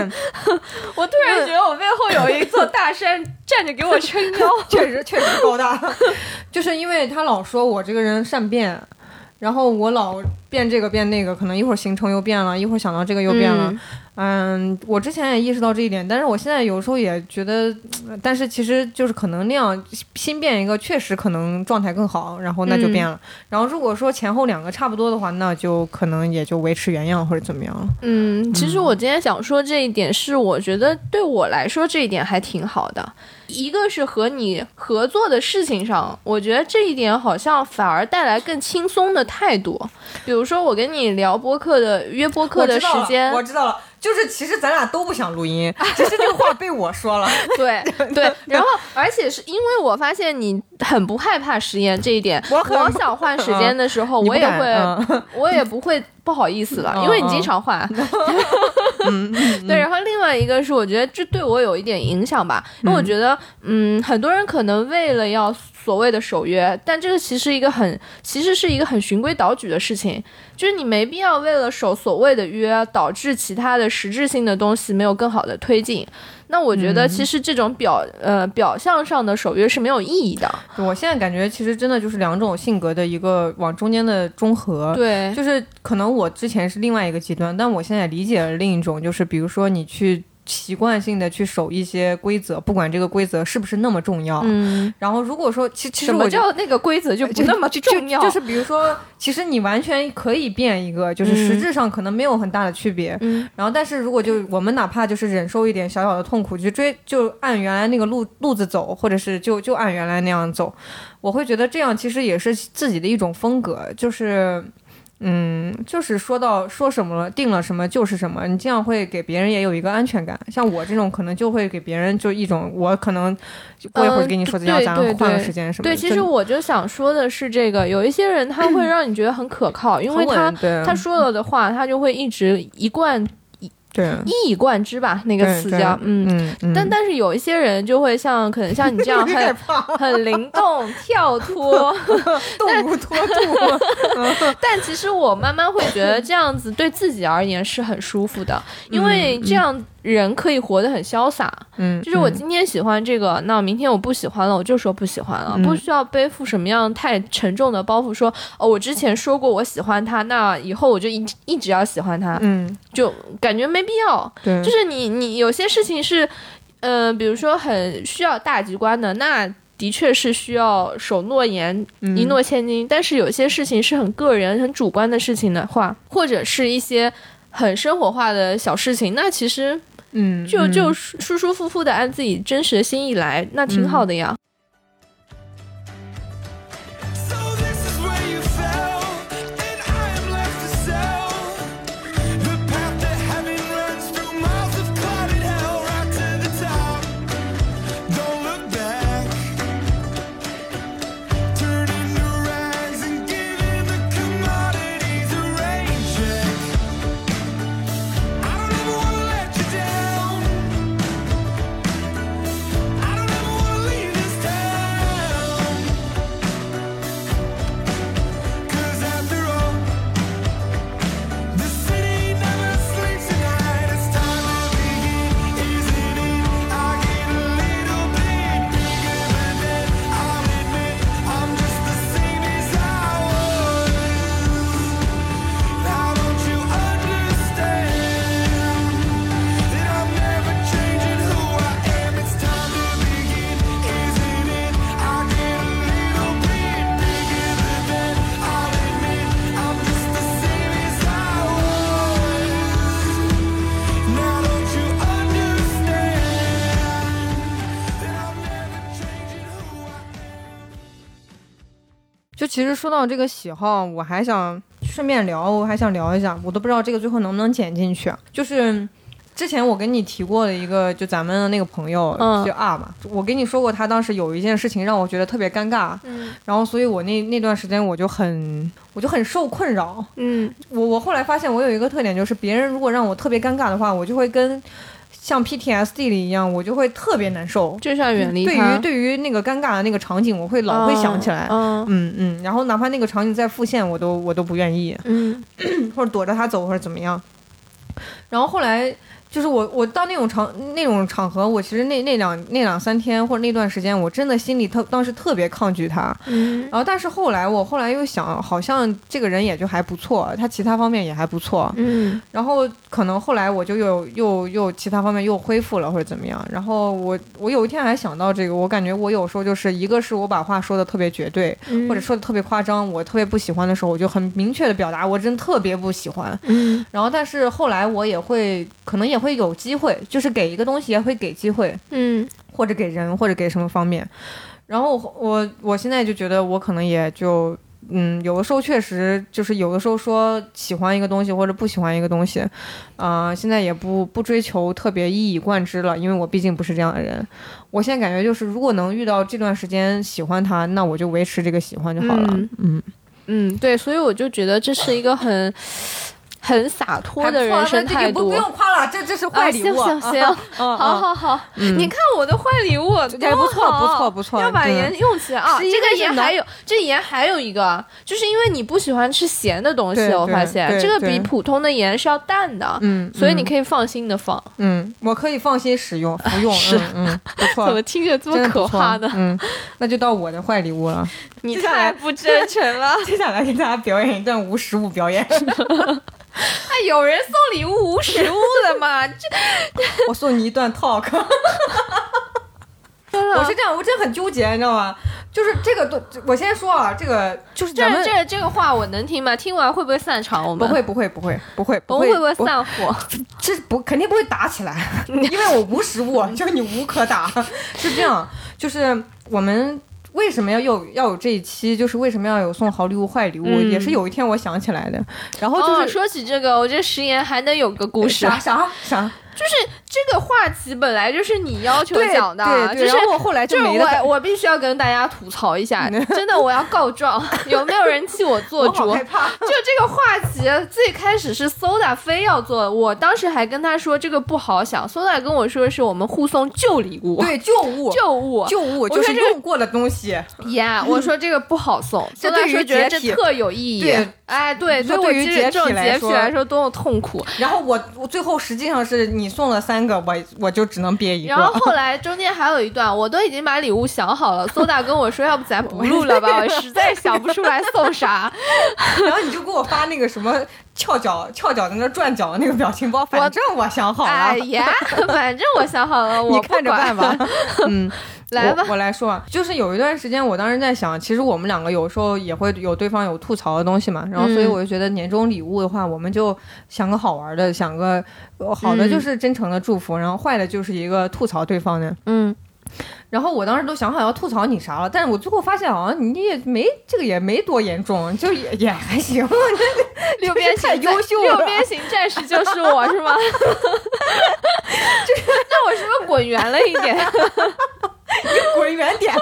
S1: 我突然觉得我背后有一座大山站着给我撑腰。
S2: 确实确实高大， 就是因为他老说我这个人善变，然后我老变这个变那个，可能一会儿行程又变了，一会儿想到这 个又变了。
S1: 嗯
S2: 嗯我之前也意识到这一点，但是我现在有时候也觉得，呃但是其实就是可能那样新变一个，确实可能状态更好，然后那就变了。
S1: 嗯
S2: 然后如果说前后两个差不多的话，那就可能也就维持原样或者怎么样了。
S1: 嗯，其实我今天想说这一点，是我觉得对我来说这一点还挺好的。一个是和你合作的事情上，我觉得这一点好像反而带来更轻松的态度。比如说，我跟你聊播客的约播客
S2: 我
S1: 的
S2: 知
S1: 时
S2: 道了
S1: 间，
S2: 我知道了，就是其实咱俩都不想录音，只是这个话被我说了。
S1: 对 对，然后而且是因为我发现你很不害怕实验这一点，
S2: 我
S1: 我
S2: 很
S1: 想换时间的时候，
S2: 你不
S1: 我也
S2: 敢
S1: 会，
S2: 嗯
S1: 我也不会不好意思了，
S2: 嗯
S1: 因为你
S2: 嗯
S1: 经常换。 对，然后另外一个是，我觉得这对我有一点影响吧，因为我觉得，嗯，很多人可能为了要所谓的守约，但这个其实一个很，其实是一个很循规蹈矩的事情，就是你没必要为了守所谓的约，导致其他的实质性的东西没有更好的推进。那我觉得，
S2: 嗯
S1: 其实这种表、呃表象上的守约是没有意义的。
S2: 我现在感觉其实真的就是两种性格的一个往中间的中和。
S1: 对，
S2: 呃就是可能我之前是另外一个极端，但我现在理解了另一种，就是比如说你去习惯性的去守一些规则，不管这个规则是不是那么重要。
S1: 嗯，
S2: 然后如果说其其实
S1: 什么
S2: 我觉得
S1: 叫那个规则就不那么重要？
S2: 就就是比如说，其实你完全可以变一个，就是实质上可能没有很大的区别。
S1: 嗯
S2: 然后，但是如果就我们哪怕就是忍受一点小小的痛苦，就追就按原来那个路路子走，或者是就就按原来那样走，我会觉得这样其实也是自己的一种风格，就是。嗯，就是说到说什么了，定了什么就是什么，你这样会给别人也有一个安全感。像我这种可能就会给别人就一种，我可能过一会儿
S1: 嗯
S2: 跟你说怎样，
S1: 对
S2: 咱
S1: 对
S2: 换个
S1: 对
S2: 时间什么的。
S1: 对，其实我就想说的是，这个有一些人他 会让你觉得很可靠，因为他
S2: 对
S1: 他说了的话，他就会一直一贯
S2: 对
S1: 一以贯之吧，那
S2: 一
S1: 个词叫嗯。
S2: 嗯，嗯
S1: 但但是有一些人就会像可能像你这样很很灵动跳脱，
S2: 动如脱兔。
S1: 但其实我慢慢会觉得这样子对自己而言是很舒服的，因为这样人可以活得很潇洒。
S2: 嗯，
S1: 就是我
S2: 嗯
S1: 今天喜欢这个，那明天我不喜欢了，我就说不喜欢了，
S2: 嗯
S1: 不需要背负什么样太沉重的包袱说。哦，我之前说过我喜欢他，那以后我就一直一直要喜欢他，
S2: 嗯，
S1: 就感觉没必要。
S2: 对，
S1: 就是你你有些事情是，呃，比如说很需要大局观的，那的确是需要守诺言，
S2: 嗯
S1: 一诺千金。但是有些事情是很个人、很主观的事情的话，或者是一些很生活化的小事情，那其实
S2: 嗯，
S1: 就
S2: 嗯
S1: 就舒舒舒服服的按自己真实的心意来，那挺好的呀。
S4: So this is where you fell, and I am left to sell. The path to heaven runs through miles of clouded hell, right to the top. Don't look back. Turn into rags and giving the commodities a rain check. I don't ever wanna let you down. I don't ever wanna leave this
S2: 其实说到这个喜好，我还想顺便聊，我还想聊一下，我都不知道这个最后能不能剪进去。啊就是之前我跟你提过的一个，就咱们的那个朋友，
S3: 嗯
S2: 就啊嘛，我跟你说过，他当时有一件事情让我觉得特别尴尬，
S1: 嗯
S2: 然后所以我那那段时间我就很我就很受困扰。
S1: 嗯
S2: 我我后来发现我有一个特点，就是别人如果让我特别尴尬的话，我就会跟像 PTSD 里一样，我就会特别难受。
S1: 就想远离
S2: 对
S1: 他
S2: 于对于那个尴尬的那个场景，我会老会想起来。
S1: 嗯
S2: 嗯嗯，然后哪怕那个场景再复现，我都我都不愿意，
S1: 嗯
S2: 或者躲着他走，或者怎么样。然后后来就是我我到那种场那种场合，我其实那那两那两三天或者那段时间，我真的心里特当时特别抗拒他。
S1: 嗯
S2: 然后但是后来我后来又想，好像这个人也就还不错，他其他方面也还不错。
S1: 嗯
S2: 然后可能后来我就又又又其他方面又恢复了或者怎么样。然后我我有一天还想到这个，我感觉我有时候就是一个是我把话说的特别绝对，
S1: 嗯
S2: 或者说的特别夸张，我特别不喜欢的时候，我就很明确的表达，我真特别不喜欢。
S1: 嗯
S2: 然后，但是后来我也会，可能也会有机会，就是给一个东西也会给机会，
S1: 嗯
S2: 或者给人，或者给什么方面。然后我我我现在就觉得，我可能也就。嗯，有的时候确实就是有的时候说喜欢一个东西或者不喜欢一个东西，啊、现在也不不追求特别一以贯之了，因为我毕竟不是这样的人。我现在感觉就是，如果能遇到这段时间喜欢他，那我就维持这个喜欢就好了。
S1: 嗯
S2: 嗯
S1: 嗯对，所以我就觉得这是一个很很洒脱的人生态
S2: 不
S1: 度
S2: 不。用夸了，这这是坏礼物。
S1: 啊行行 行，
S2: 嗯，
S1: 好好好，你看我的坏礼物
S2: 哎
S1: 多
S2: 不错
S1: 好
S2: 不错不错
S1: 要把
S2: 真的
S1: 盐用起来啊！
S2: 是因
S1: 这个
S2: 为是
S1: 盐
S2: 能
S1: 还有这盐还有一个，就是因为你不喜欢吃咸的东西
S2: 对，
S1: 我
S2: 对
S1: 发现
S2: 对
S1: 这个比
S2: 对
S1: 普通的盐是要淡的，
S2: 嗯，
S1: 所以你
S2: 嗯
S1: 可以放心的放。
S2: 嗯，我可以放心使用服用。
S1: 是
S2: 嗯，嗯不
S1: 怎么
S2: 错，
S1: 听着这
S2: 真
S1: 么
S2: 的不
S1: 可
S2: 错
S1: 怕呢？
S2: 嗯，那就到我的坏礼物了。
S1: 你
S2: 接下来
S1: 太不真诚 了！
S2: 接下来给大家表演一段无实物表演。
S1: 哎，有人送礼物无实物的吗？这
S2: 我送你一段 talk。
S1: 真
S2: 我
S1: 的
S2: 是这样， 我真的很纠结，你知道吗？就是这个东，我先说啊，这个就是咱
S1: 这
S2: 们
S1: 这这个话我能听吗？听完会不会散场？我
S2: 不
S1: 们
S2: 会，不会不会不会
S1: 我
S2: 不
S1: 们
S2: 会
S1: 会不会散伙？
S2: 这不肯定不会打起来， 因为我无实物，就是你无可打，是这样。就是我们为什么要有要有这一期，就是为什么要有送好礼物坏礼物，
S1: 嗯
S2: 也是有一天我想起来的。然后
S1: 哦，
S2: 就是、哎
S1: 说起这个，我觉得食盐还能有个故事。
S2: 啥啥啥，
S1: 就是这个话题本来就是你要求
S2: 对
S1: 讲的啊，
S2: 对对，
S1: 就是
S2: 然后我后来
S1: 就
S2: 就是没得打
S1: 我我必须要跟大家吐槽一 下，真的我要告状，有没有人替我做
S2: 我好
S1: 主
S2: 害？ 怕。
S1: 就这个话题，最开始是 Soda 非要做，我当时还跟他说这个不好想，Soda 跟我说的是我们互送旧礼物，
S2: 对，旧物
S1: 旧物
S2: 旧物
S1: 我
S2: 就是
S1: 说这个
S2: 用过的东西，
S1: 呀我说这个不好送，
S2: 这
S1: 所
S2: 对
S1: 以
S2: 于
S1: 说觉得这
S2: 解体
S1: 特有意义。
S2: 对
S1: 哎，对，
S2: 说
S1: 所以我
S2: 对于
S1: 记得这种
S2: 解体来
S1: 洁癖
S2: 说
S1: 来说多么痛苦。
S2: 然后我我最后实际上是你送了三个，我我就只能憋一个。
S1: 然后后来中间还有一段，我都已经把礼物想好了。苏大跟我说，要不咱不录了吧？我实在想不出来送啥。
S2: 然后你就给我发那个什么翘脚翘脚在那转脚的那个表情包，反正我想 好了，啊
S1: 哎呀，反正我想好了，
S2: 你
S1: 我不
S2: 看着
S1: 管
S2: 办吧。。嗯，
S1: 来吧
S2: 我，我来说啊，就是有一段时间，我当时在想，其实我们两个有时候也会有对方有吐槽的东西嘛，然后所以
S1: 嗯
S2: 我就觉得年终礼物的话，我们就想个好玩的，想个呃好的
S1: 嗯
S2: 就是真诚的祝福，然后坏的就是一个吐槽对方的。
S1: 嗯，
S2: 然后我当时都想好要吐槽你啥了，但是我最后发现好像你也没这个也没多严重，就也也还行。
S1: 六边形
S2: 太优秀了
S1: 六边形战士就是我是吗？ 那我是不是滚圆了一点？
S2: 滚远点吧！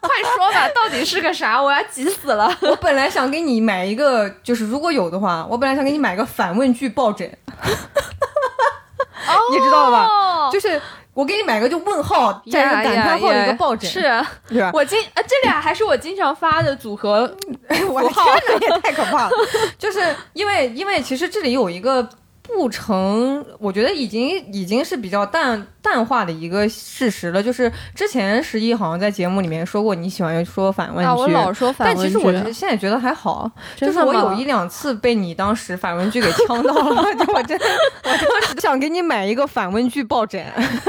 S1: 快说吧，到底是个啥？我要急死了。
S2: 我本来想给你买一个，就是如果有的话，我本来想给你买个反问句抱枕， 你知道吧
S1: 哦
S2: 就是我给你买个就问号加上感叹号的一个抱枕，
S1: 呀呀呀
S2: 对吧
S1: 是？我经啊，这俩还是我经常发的组合。
S2: 哎 我的天哪，也太可怕了！就是因为因为其实这里有一个不成，我觉得已经已经是比较淡淡化的一个事实了。就是之前十一好像在节目里面说过，你喜欢说反问句，
S1: 啊，我老说反
S2: 但
S1: 问
S2: 其
S1: 句。
S2: 实我觉得现在觉得还好，就
S1: 真
S2: 是
S1: 的
S2: 我
S1: 吗
S2: 有一两次被你当时反问句给呛到了， 就我真的，我当时想给你买一个反问句抱枕，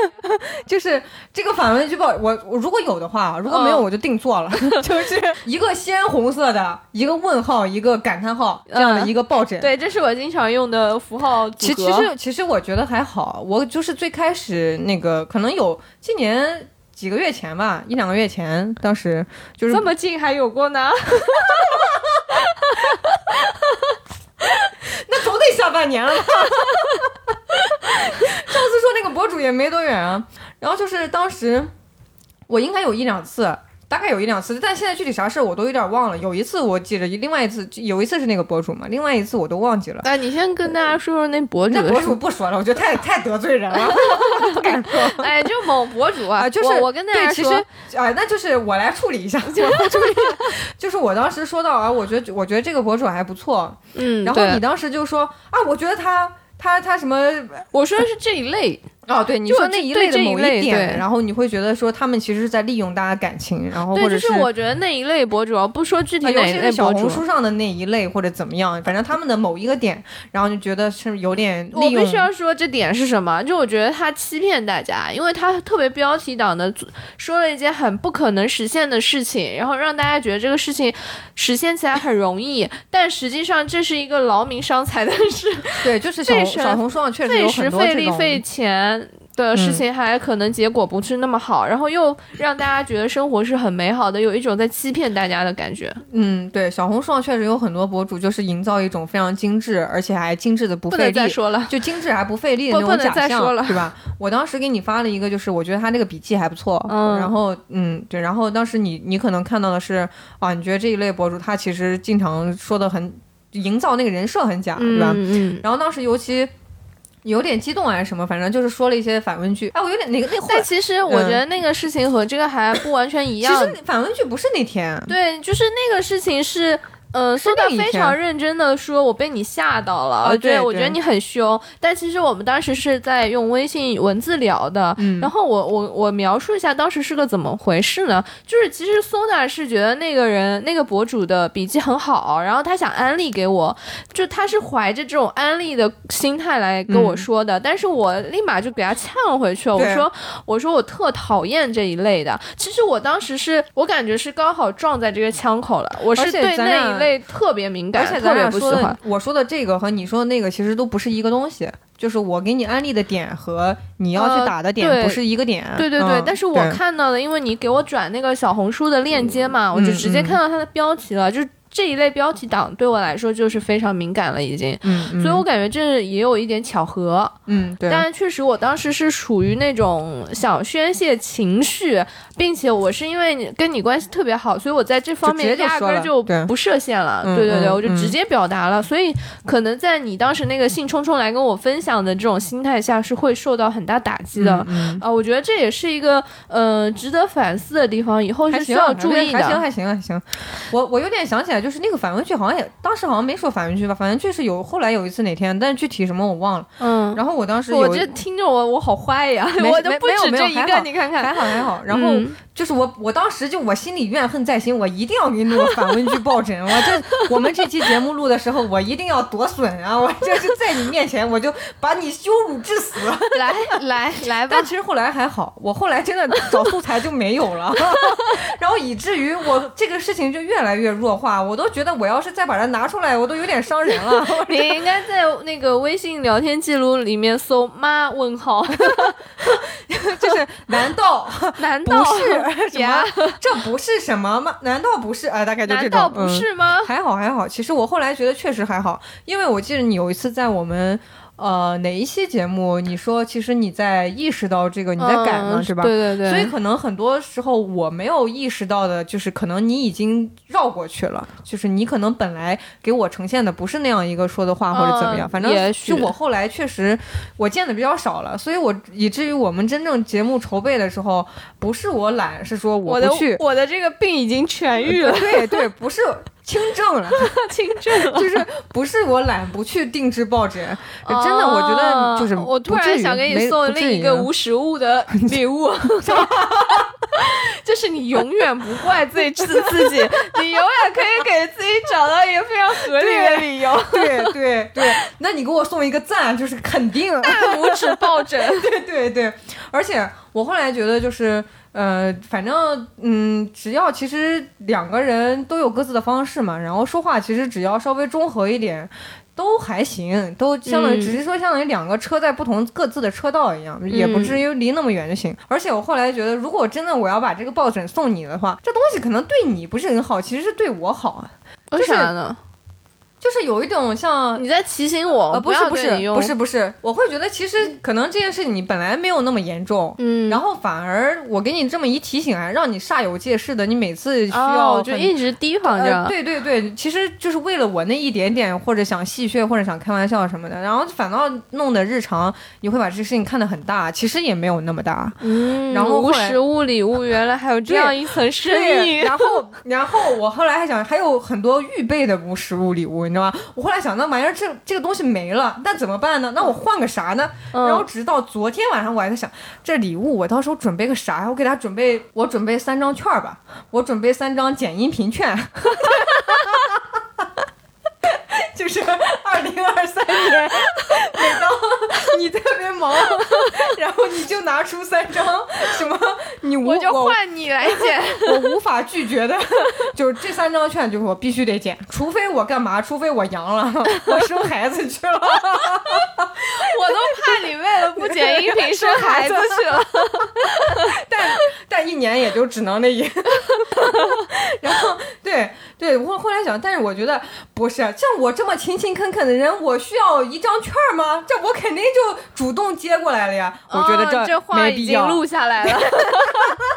S2: 就是这个反问句抱，我我如果有的话，如果没有
S1: 嗯
S2: 我就定做 了，就是一个鲜红色的，一个问号，一个感叹号这样的
S1: 嗯
S2: 一个抱枕，
S1: 对，这是我经常用的符号组
S2: 其
S1: 合。
S2: 其实其实我觉得还好，我就是最开始那个可能有今年几个月前吧，一两个月前，当时就是
S1: 这么近还有过呢？
S2: 那总得下半年了吧？啊 上次说那个博主也没多远啊，然后就是当时我应该有一两次，大概有一两次，但现在具体啥事儿我都有点忘了。有一次我记着，另外一次有一次是那个博主嘛，另外一次我都忘记了。
S3: 哎，你先跟大家说说那博主
S2: 那
S3: 的
S2: 博
S3: 事
S2: 主不说了，我觉 得太太得罪人了。
S1: 哎，就某博主啊，
S2: 啊，就是
S1: 我我跟大家
S2: 对
S1: 说，
S2: 其实啊、那就是我来处 理一下，我来处理一下。就是我当时说到啊，我觉得我觉得这个博主还不错，
S1: 嗯，
S2: 然后
S1: 对
S2: 你当时就说啊，我觉得他他他什么
S1: 我说的是这一类，
S2: 哦，对，你
S1: 就
S2: 说
S1: 这
S2: 那一
S1: 对
S2: 类的
S1: 这一
S2: 某
S1: 类对
S2: 点，然后你会觉得说他们其实是在利用大家感情，然哦后或
S1: 对，
S2: 者
S1: 就是我觉得那一类博主，不说具体
S2: 啊尤
S1: 哪一
S2: 其是
S1: 类
S2: 小
S1: 博
S2: 红
S1: 主，
S2: 书上的那一类或者怎么样，反正他们的某一个点，然后就觉得是有点
S1: 我
S2: 利用
S1: 必须要说这点是什么？就我觉得他欺骗大家，因为他特别标题党的说了一件很不可能实现的事情，然后让大家觉得这个事情实现起来很容易，但实际上这是一个劳民伤 财的事，
S2: 对，就是小
S1: 费
S2: 红
S1: 时
S2: 小红书上确实
S1: 费
S2: 有
S1: 时
S2: 很多
S1: 费
S2: 这
S1: 力
S2: 种。嗯
S1: 费钱。的事情还可能结果不是那么好，然后又让大家觉得生活是很美好的，有一种在欺骗大家的感觉，
S2: 嗯，对，小红书上确实有很多博主就是营造一种非常精致，而且还精致的不
S1: 不
S2: 费
S1: 能再
S2: 力，
S1: 说了。
S2: 就精致还不费力的
S1: 不不
S2: 那种
S1: 能
S2: 假
S1: 再
S2: 象，
S1: 说了
S2: 对吧？我当时给你发了一个，就是我觉得他那个笔记还不错，
S1: 嗯
S2: 然后嗯，对，然后当时你你可能看到的是啊，你觉得这一类博主他其实经常说的很，营造那个人设很假，对吧？
S1: 嗯，
S2: 然后当时尤其有点激动还是什么，反正就是说了一些反问句，哎，我有点那个那会
S1: 但
S2: 儿，
S1: 其实我觉得那个事情和这个还不完全一
S2: 嗯其
S1: 样。
S2: 实反问句不是那天，
S1: 对，啊就是那个事情是。嗯，苏大
S2: 那一
S1: 非
S2: 天
S1: 常认真的说：“我被你吓到了。
S2: 啊对
S1: 我觉得
S2: 对
S1: 你很凶。但其实我们当时是在用微信文字聊的。
S2: 嗯
S1: 然后我我我描述一下当时是个怎么回事呢？就是其实苏大是觉得那个人那个博主的笔记很好，然后他想安利给我，就他是怀着这种安利的心态来跟我说的。但是我立马就给他呛回去了，我
S2: 嗯对
S1: 说我说我特讨厌这一类的。其实我当时是我感觉是刚好撞在这个枪口了，我是
S2: 而且
S1: 对
S2: 咱俩
S1: 那一类特别敏感，
S2: 而且
S1: 哎特
S2: 咱
S1: 别
S2: 俩
S1: 不喜
S2: 说的
S1: 欢。，
S2: 我说的这个和你说的那个其实都不是一个东西，就是我给你安利的点和你要
S1: 呃
S2: 去打的点
S1: 对
S2: 不是一个点。
S1: 对对对，
S2: 嗯
S1: 但是我看到的，因为你给我转那个小红书的链接嘛，
S2: 嗯
S1: 我就直接看到它的标题了，就是这一类标题党对我来说就是非常敏感了已经，
S2: 嗯，嗯
S1: 所以我感觉这也有一点巧合。
S2: 嗯对，
S1: 但确实，我当时是属于那种想宣泄情绪，并且我是因为你跟你关系特别好，所以我在这方面
S2: 直接就
S1: 压根
S2: 说
S1: 儿
S2: 了
S1: 就
S2: 对
S1: 不设限了。
S2: 嗯
S1: 对对对，
S2: 嗯
S1: 我就直接表达了。所以可能在你当时那个兴冲冲来跟我分享的这种心态下，是会受到很大打击的。
S2: 嗯
S1: 啊，我觉得这也是一个呃值得反思的地方，以后
S2: 还
S1: 是需
S2: 行啊，
S1: 要注意
S2: 还行
S1: 的。
S2: 还行还行。我我有点想起来，就是那个反问句好像也当时好像没说反问句吧，反正就是有后来有一次哪天，但是具体什么我忘了。
S1: 嗯，
S2: 然后我当时
S1: 我
S2: 有一
S1: 这听着我我好坏呀，
S2: 没
S1: 我都
S2: 没
S1: 不
S2: 没有
S1: 止
S2: 没
S1: 这
S2: 有
S1: 一
S2: 还
S1: 个，
S2: 好
S1: 你看看。
S2: 还好还好，然后
S1: 嗯
S2: 就是我，我当时就我心里怨恨在心，我一定要给那个反问句抱枕。我这我们这期节目录的时候，我一定要多损啊！我就是在你面前，我就把你羞辱致死。
S1: 来来来吧
S2: 但，其实后来还好，我后来真的找素材就没有了， 然后以至于我这个事情就越来越弱化。我都觉得我要是再把它拿出来，我都有点伤人了。
S1: 你应该在那个微信聊天记录里面搜“妈”问号，
S2: 就是 难道
S1: 难
S2: 不
S1: 道
S2: 是什么
S1: 呀？？
S2: 这不是什么吗？难道不是？啊，大概就这
S1: 难
S2: 种。
S1: 道不
S2: 嗯
S1: 是吗？
S2: 还好还好，其实我后来觉得确实还好，因为我记得你有一次在我们呃哪一期节目，你说其实你在意识到这个，你在改嘛，
S1: 嗯
S2: 对吧？
S1: 对对对，
S2: 所以可能很多时候我没有意识到的，就是可能你已经绕过去了，就是你可能本来给我呈现的不是那样一个说的话或者怎么样，
S1: 嗯
S2: 反正
S1: 也许
S2: 就我后来确实我见的比较少了，所以我以至于我们真正节目筹备的时候，不是我懒，是说
S1: 我
S2: 我
S1: 的
S2: 不去，
S1: 我的这个病已经痊愈了，
S2: 对对，不是轻症了。
S1: 轻症了。
S2: 就是不是我懒，不去定制抱枕，真的，我觉
S3: 哦
S2: 得就是
S1: 哦我突
S2: 不至
S1: 然
S2: 于
S1: 想给你
S2: 没
S1: 送
S2: 不至
S1: 另一
S2: 于
S1: 个
S2: 啊
S1: 无实物 的礼物，就是你永远不怪罪自自己，你永远可以给自己找到一个非常合理的理由，
S2: 对对对，那你给我送一个赞，就是肯定，
S1: 大拇指抱枕。
S2: 对对对，而且我后来觉得就是。呃，反正嗯，只要其实两个人都有各自的方式嘛，然后说话其实只要稍微中和一点，都还行，都相当于、
S3: 嗯
S2: 只是说相当于两个车在不同各自的车道一样，也不
S1: 嗯
S2: 至于离那么远就行。而且我后来觉得，如果真的我要把这个抱枕送你的话，这东西可能对你不是很好，其实是对我好啊，
S3: 为啥呢？
S2: 就是有一种像
S3: 你在提醒我，
S2: 呃，
S3: 我
S2: 不是
S3: 要
S2: 不
S3: 跟你
S2: 是
S3: 用
S2: 不是不是，我会觉得其实可能这件事情你本来没有那么严重，
S3: 嗯
S2: 然后反而我给你这么一提醒啊，让你煞有介事的，你每次需要
S3: 哦，
S2: 很、
S3: 就一直提防
S2: 呃，
S3: 着。
S2: 对对对，其实就是为了我那一点点，或者想戏谑，或者想开玩笑什么的，然后反倒弄得日常你会把这个事情看得很大，其实也没有那么大。
S3: 嗯，
S2: 然后后
S3: 无
S2: 来
S3: 实物礼物，原来还有这样一层深
S2: 对，
S3: 意。
S2: 然后然后我后来还想，还有很多预备的无实物礼物，你知道吗？我后来想，那玩意儿这这个东西没了，那怎么办呢？那我换个啥呢？
S3: 嗯
S2: 然后直到昨天晚上，我还在想，这礼物我到时候准备个啥呀？我给他准备，我准备三张券儿吧，我准备三张剪音频券。 就是二零二三年，每当你特别忙，然后你就拿出三张什么，你无
S1: 我就
S2: 我
S1: 换你来剪。
S2: 我无法拒绝的， 就是这三张券，就是我必须得捡，除非我干嘛，除非我阳了， 我生孩子去了。
S1: 我都怕你为了不剪音 频生孩子去了。
S2: 但但一年也就只能那一， 然后对对，我后来想，但是我觉得不是啊像我这么勤勤恳恳的人，我需要一张券吗？这我肯定就主动接过来了呀。我觉得
S1: 哦这话
S2: 没
S1: 已
S2: 必
S1: 经
S2: 要，
S1: 录下来了。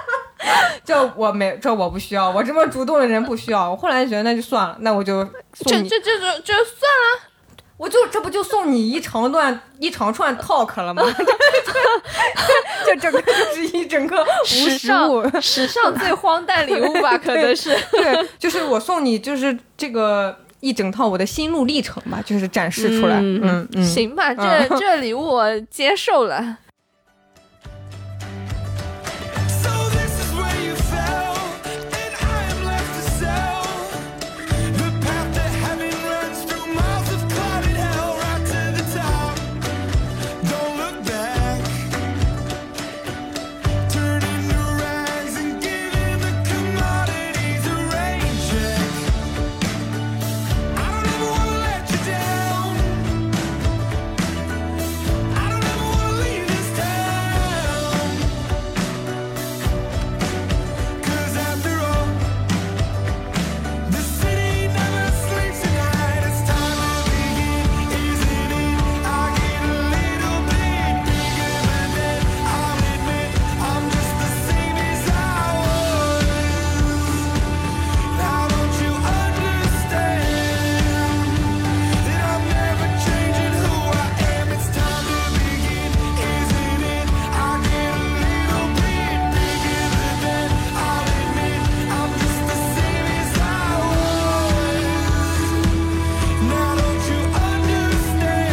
S2: 这我没这我不需要，我这么主动的人不需要。我后来觉得那就算了，那我就
S1: 这
S2: 送你，
S1: 这这就就算了。
S2: 我就这不就送你一长段 一长串 talk 了吗？ 这整个 就是一整个无
S1: 史
S2: 实物。
S1: 上史上最荒诞礼物吧，可能是。
S2: 对，就是我送你，就是这个一整套我的心路历程吧，就是展示出来。
S3: 嗯
S2: 嗯嗯，
S1: 行吧，这
S2: 嗯
S1: 这礼物我接受 了。
S4: So this is where you fell, and I am left to sell. The path that heaven runs through miles of clouded hell, right to the top. Don't look back. Turning to rags and giving the commodities a rain check. I don't ever wanna let you down. I don't ever wanna leave this town. Cause after all, the city never sleeps at night. It's time to begin, isn't it? I get a little bit bigger than that. I'll admit I'm just the same as I was. Now don't you understand that I'm never changing who I am? It's time to begin, isn't it? I get a little bit bigger than that. I'll admit I'm just the same as I was. Now don't you understand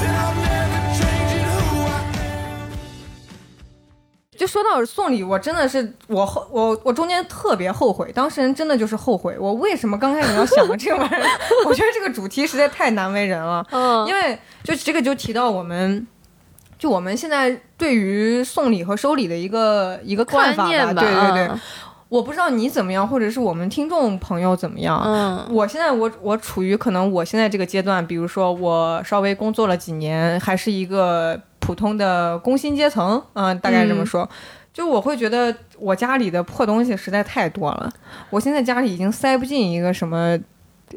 S4: that I'm never changing who I am?
S2: 就说到送礼，我真的是我后我我中间特别后悔，当事人真的就是后悔，我为什么刚开始要想这个玩意儿？ 我觉得这个主题实在太难为人了。
S3: 嗯
S2: 因为就这个就提到我们，就我们现在对于送礼和收礼的一个一个看
S3: 观
S2: 法
S3: 念
S2: 对对对
S3: 嗯，
S2: 我不知道你怎么样，或者是我们听众朋友怎么样。
S3: 嗯，
S2: 我现在我我处于可能我现在这个阶段，比如说我稍微工作了几年，还是一个普通的工薪阶层，嗯、大概这么说。就我会觉得我家里的破东西实在太多了，我现在家里已经塞不进一个什么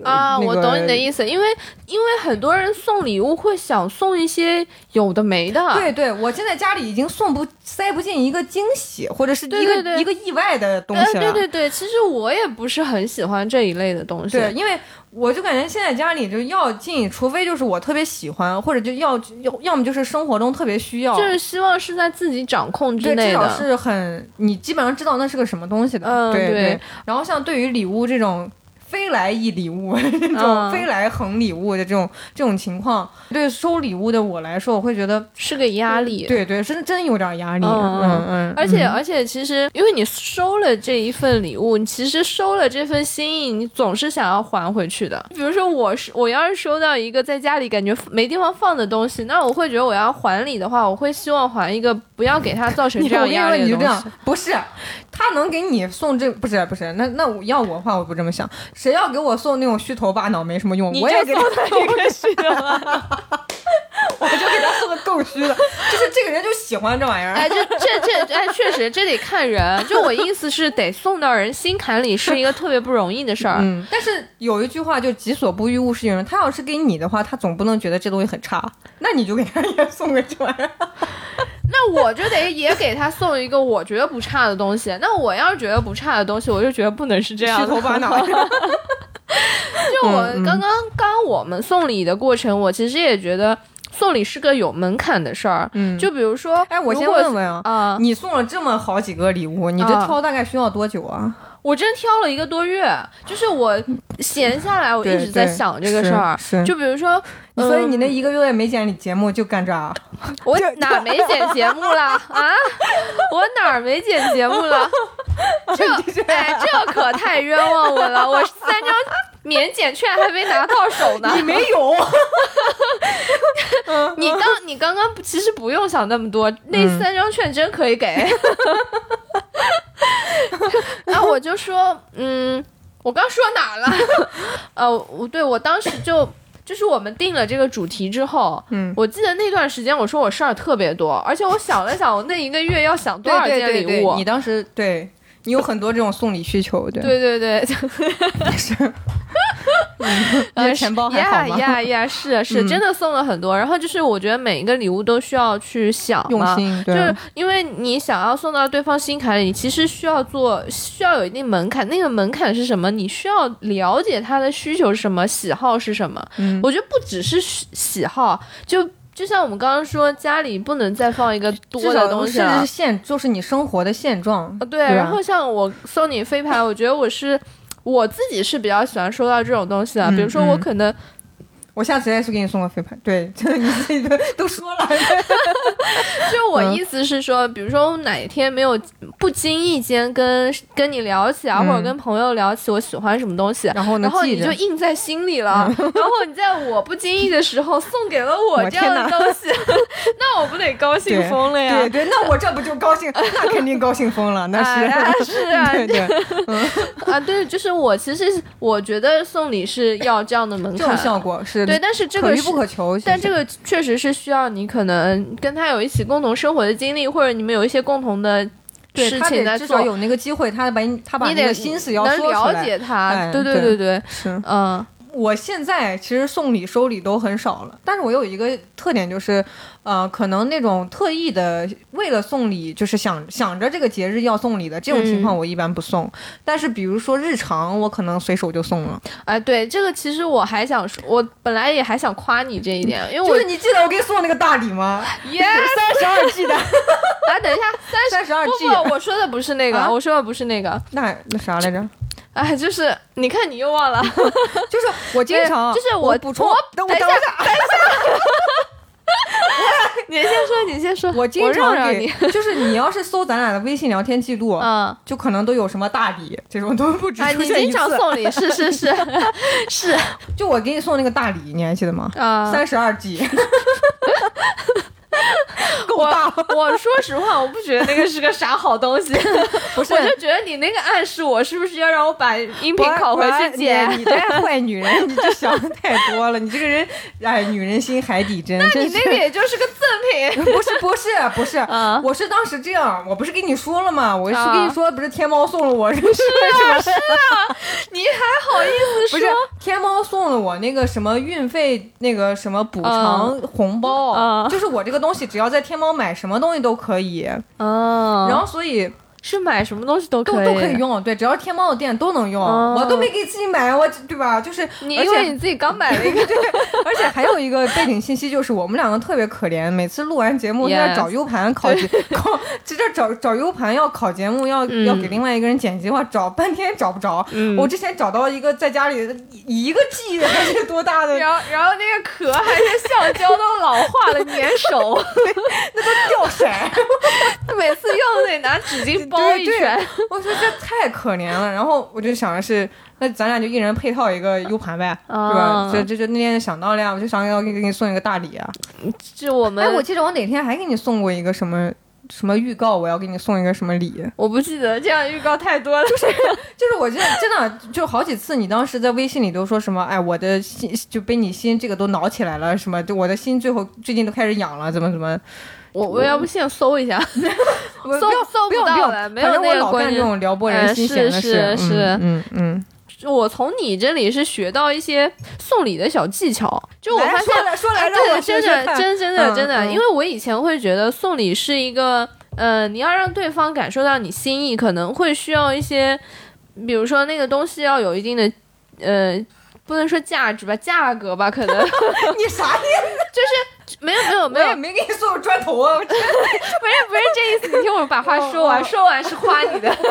S3: 啊，我懂你的
S2: 思。
S3: 意思，因为因为很多人送礼物会想送一些有的没的，
S2: 对对，我现在家里已经送不塞不进一个惊喜，或者是一个
S3: 对对对
S2: 一个意外的东
S3: 呃
S2: 西了。啊
S3: 对对对，其实我也不是很喜欢这一类的东西。
S2: 对，因为我就感觉现在家里就要进，除非就是我特别喜欢，或者就要要要么就是生活中特别需要，
S3: 就是希望是在自己掌控之
S2: 对，
S3: 内
S2: 至少
S3: 的。
S2: 是很，你基本上知道那是个什么东西的。
S3: 嗯
S2: 对
S3: 对
S2: 然后像对于礼物这种。飞来一礼物， 这种
S1: 嗯
S2: 飞来横礼物的这种这种情况，对收礼物的我来说，我会觉得，
S5: 是个压力。
S2: 对对，真真有点压力，
S1: 嗯
S2: 嗯嗯，
S1: 而且、
S2: 嗯
S1: 而且，其实因为你收了这一份礼物，你其实收了这份心意，你总是想要还回去的。比如说，我是我要是收到一个在家里感觉没地方放的东西，那我会觉得我要还礼的话，我会希望还一个不要给他造成
S2: 你
S1: 这
S2: 我
S1: 样
S2: 跟你
S1: 压
S2: 说，你
S1: 力
S2: 就
S1: 的
S2: 这
S1: 东
S2: 样
S1: 西。，
S2: 不是他能给你送这，不是不是，那那我要我的话，我不这么想。谁要给我送那种虚头巴脑没什么用，
S1: 你
S2: 我也
S1: 就
S2: 给
S1: 送他一个虚的吗？
S2: 我就给他送的够虚了，就是这个人就喜欢这玩意儿。
S1: 哎，这这这哎，确实这得看人。就我意思是，得送到人心坎里是一个特别不容易的事儿。
S2: 嗯，但是有一句话就“己所不欲，勿施于人”。他要是给你的话，他总不能觉得这东西很差，那你就给他也送个这玩意儿。
S1: 那我就得也给他送一个我觉得不差的东西。那我要是觉得不差的东西，我就觉得不能是这样
S2: 虚
S1: 的。
S2: 头巴 脑。
S1: 就我
S2: 嗯嗯
S1: 刚刚刚我们送礼的过程，我其实也觉得送礼是个有门槛的事儿。
S2: 嗯
S1: 就比如说，
S2: 哎，我先
S1: 如果
S2: 问问啊，
S1: 啊、
S2: 你送了这么好几个礼物，你这
S1: 啊
S2: 挑大概需要多久啊？
S1: 我真挑了一个多月，就是我闲下来，我一直在
S2: 对对
S1: 想这个事儿
S2: 是是。
S1: 就比如说，
S2: 所以
S1: 嗯
S2: 你那一个月没剪节目就干 这儿啊？
S1: 我哪没剪节目 了啊？我哪儿没剪节目了？这哎，这可太冤枉我了！我三张免检券还没拿到手呢。
S2: 你没有，
S1: 你刚你刚刚其实不用想那么多，那
S2: 嗯
S1: 三张券真可 以给。然后我就说，嗯，我刚说哪儿了？ 呃，我对我当时就。就是我们定了这个主题之后，
S2: 嗯
S1: 我记得那段时间我说我事儿特别多，而且我想了想，我那一个月要想多
S2: 对
S1: 少
S2: 对
S1: 件
S2: 对
S1: 礼物，
S2: 对，你当时对你有很多这种送礼需求，对，
S1: 对对对，
S2: 你的呃钱包还 好吗？
S1: 呀呀呀，是是，
S2: 嗯
S1: 真的送了很多。然后就是我觉得每一个礼物都需要去想嘛
S2: 用心
S1: 就
S2: 对
S1: 是因为你想要送到对方心坎里，其实需要做需要有一定门槛。那个门槛是什么？你需要了解他的需求是什么，喜好是什么。
S2: 嗯
S1: 我觉得不只是喜喜好，就就像我们刚刚说，家里不能再放一个多
S2: 至
S1: 的
S2: 少
S1: 东西
S2: 甚至
S1: 了
S2: 是。啊现，就是你生活的现状
S1: 呃。对，
S2: 吧
S1: 然后像我送你飞盘，我觉得我是我自己是比较喜欢收到这种东西的，比如说我
S2: 嗯
S1: 可能
S2: 我下次也去给你送个飞盘。对，你自己都都 说了，
S1: 就
S2: 嗯
S1: 我意思是说，比如说我哪天没有不经意间跟跟你聊起啊，
S2: 嗯
S1: 或者跟朋友聊起我喜欢什么东西，
S2: 然后呢
S1: 然后
S2: 记
S1: 你
S2: 着嗯
S1: 就印在心里了，然后你在我不经意的时候送给了我
S2: 我
S1: 这样
S2: 天
S1: 的
S2: 哪
S1: 东西， 那我不得高兴
S2: 对
S1: 疯了呀？
S2: 对对，那我这不就 高兴？那肯定高兴疯了，那
S1: 哎 呀
S2: 是。
S1: 是啊
S2: 对对，
S1: 啊，对，就是我其实我觉得送礼是要这样的门
S2: 这种
S1: 槛，
S2: 效果是
S1: 对，但是这
S2: 可
S1: 个
S2: 遇
S1: 是
S2: 不可求。
S1: 但
S2: 其
S1: 这
S2: 实
S1: 个确实是需要你可能跟他有一起共同生活的经历，或者你们有一些共同的事
S2: 对他
S1: 情
S2: 得
S1: 在
S2: 至
S1: 做
S2: 少，有那个机会，他把你他把
S1: 你
S2: 那
S1: 得
S2: 个心思要
S1: 能
S2: 说出
S1: 了
S2: 来。
S1: 解他，
S2: 哎
S1: 对对
S2: 对
S1: 对对，
S2: 是
S1: 嗯
S2: 我现在其实送礼收礼都很少了，但是我有一个特点就是，呃，可能那种特意的为了送礼，就是想想着这个节日要送礼的这种情
S1: 嗯
S2: 况，我一般不送。但是比如说日常，我可能随手就送了。
S1: 哎，对这个其实我还想说，我本来也还想夸你这一点，因为
S2: 就
S1: 我
S2: 是你记得我给你送那个大礼 吗？
S1: yes
S2: 三十二 G 的，
S1: 啊，等一下，三
S2: 三
S1: 十
S2: 十二 G，
S1: 不不，我说的不是那个，
S2: 啊
S1: 我说的不是那个，
S2: 那那啥来着？
S1: 哎，就是你看你又忘 了，
S2: 就是我经常，
S1: 就是我
S2: 我补充，
S1: 我
S2: 等
S1: 等一
S2: 等
S1: 下
S2: 我下，
S1: 你先说，你先说，
S2: 我经
S1: 让
S2: 常
S1: 让
S2: 给
S1: 你，，
S2: 就是你要是搜咱俩的微信聊天记录，
S1: 嗯。
S2: 就可能都有什么大礼这种都不止
S1: 啊，
S2: 出
S1: 你
S2: 现
S1: 经
S2: 一次。
S1: 常送礼，是是 是是
S2: 就我给你送那个大礼，你还记得吗？
S1: 啊！
S2: 三十二 G，
S1: 我我说实话，我不觉得那个是个啥好东 西，
S2: 不
S1: 我就觉得你那个暗示我是不是要让我把音频拷回去剪？
S2: 哎你你这坏女 人，你就想的太多了。你这个人，哎，女人心海底针。那
S1: 你那个也就是个赠品。
S2: 不是不是不是
S1: 啊，
S2: 我是当时这样，我不是跟你说了吗？我是
S1: 啊
S2: 跟你说，不是天猫送了我，是不是
S1: 你还好意
S2: 不
S1: 思
S2: 是
S1: 说？
S2: 天猫送了我那个什么运费那个什么补偿红包，
S1: 啊
S2: 就是我这个东西只要在天猫买什么东西都可以，
S1: 嗯
S2: 然后所以。
S1: 是买什么东西都
S2: 都
S1: 可以，
S2: 都可以。用，对，只要是天猫的店都能用。
S1: 哦
S2: 我都没给自己买，我对吧？就是
S1: 你
S2: 而
S1: 因
S2: 且
S1: 为你自己刚买 了一个，
S2: 而且还有一个背景信息，就是我们两个特别可怜，每次录完节目都要
S1: Yes
S2: 找 U 盘拷节 拷，就这找找 U 盘要拷节目，要、
S1: 嗯
S2: 要给另外一个人剪辑的话，找半天找不着。我之前找到一个在家里一一个 G 的还是多大的
S6: 然后然后那个壳还是橡胶都老化了，粘 手，
S2: 吊绳儿，
S6: 每次用得拿纸巾包
S2: 对
S6: 一
S2: 对
S6: 圈。
S2: 我说这太可怜了。然后我就想的是，那咱俩就一人配套一个 U 盘呗，对吧
S1: 啊？
S2: 这这就那天就想到了呀，我就想要给给你送一个大礼啊。
S1: 就我们
S2: 哎，我记得我哪天还给你送过一个什么什么预告，我要给你送一个什么礼。
S1: 我不记得，这样预告太多了。
S2: 就是我真的真的就好几次，你当时在微信里都说什么，哎，我的心就被你心这个都挠起来了，什么就我的心最后最近都开始痒了，怎么怎么，
S1: 我我要不现在搜一下，
S2: 搜
S1: 搜搜
S2: 不用
S1: 到
S2: 用，
S1: 了，没
S2: 反
S1: 有
S2: 正
S1: 那
S2: 我
S1: 个
S2: 老
S1: 关
S2: 干这
S1: 键。
S2: 种撩拨人心弦的事，
S1: 哎是是是
S2: 嗯嗯
S1: 我从你这里是学到一些送礼的小技巧，就
S2: 嗯，
S1: 我
S2: 来
S1: 发现
S2: 说来说来，
S1: 哎
S2: 让我
S1: 真
S2: 学
S1: 的
S2: 学
S1: 真
S2: 看
S1: 真真的
S2: 嗯
S1: 真的，
S2: 嗯
S1: 因为我以前会觉得送礼是一个，呃，你要让对方感受到你心意，可能会需要一些，比如说那个东西要有一定的，呃。不能说价值吧，价格吧，可能
S2: 你啥意
S1: 没有没有
S2: 思？
S1: 没
S2: 我
S1: 有，
S2: 也没给你送砖头啊，我这
S1: 不是不是这意思，你听我把话说完，说完是夸你 的。就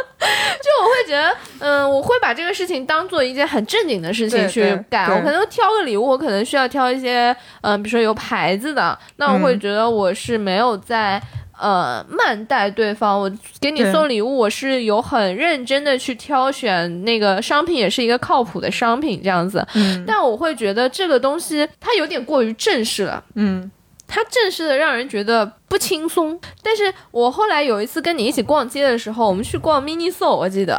S1: 我会觉得，嗯、我会把这个事情当做一件很正经的事情
S2: 对
S1: 去
S2: 对
S1: 干。
S2: 对
S1: 我可能挑个礼物，我可能需要挑一些，嗯、比如说有牌子的，那我会
S2: 嗯
S1: 觉得我是没有在。呃，慢待对方。我给你
S2: 对
S1: 送礼物，我是有很认真的去挑选那个商品，也是一个靠谱的商品这样子。
S2: 嗯
S1: 但我会觉得这个东西它有点过于正式了，
S2: 嗯
S1: 它正式的让人觉得不轻松。但是我后来有一次跟你一起逛街的时候，我们去逛 mini so，我记得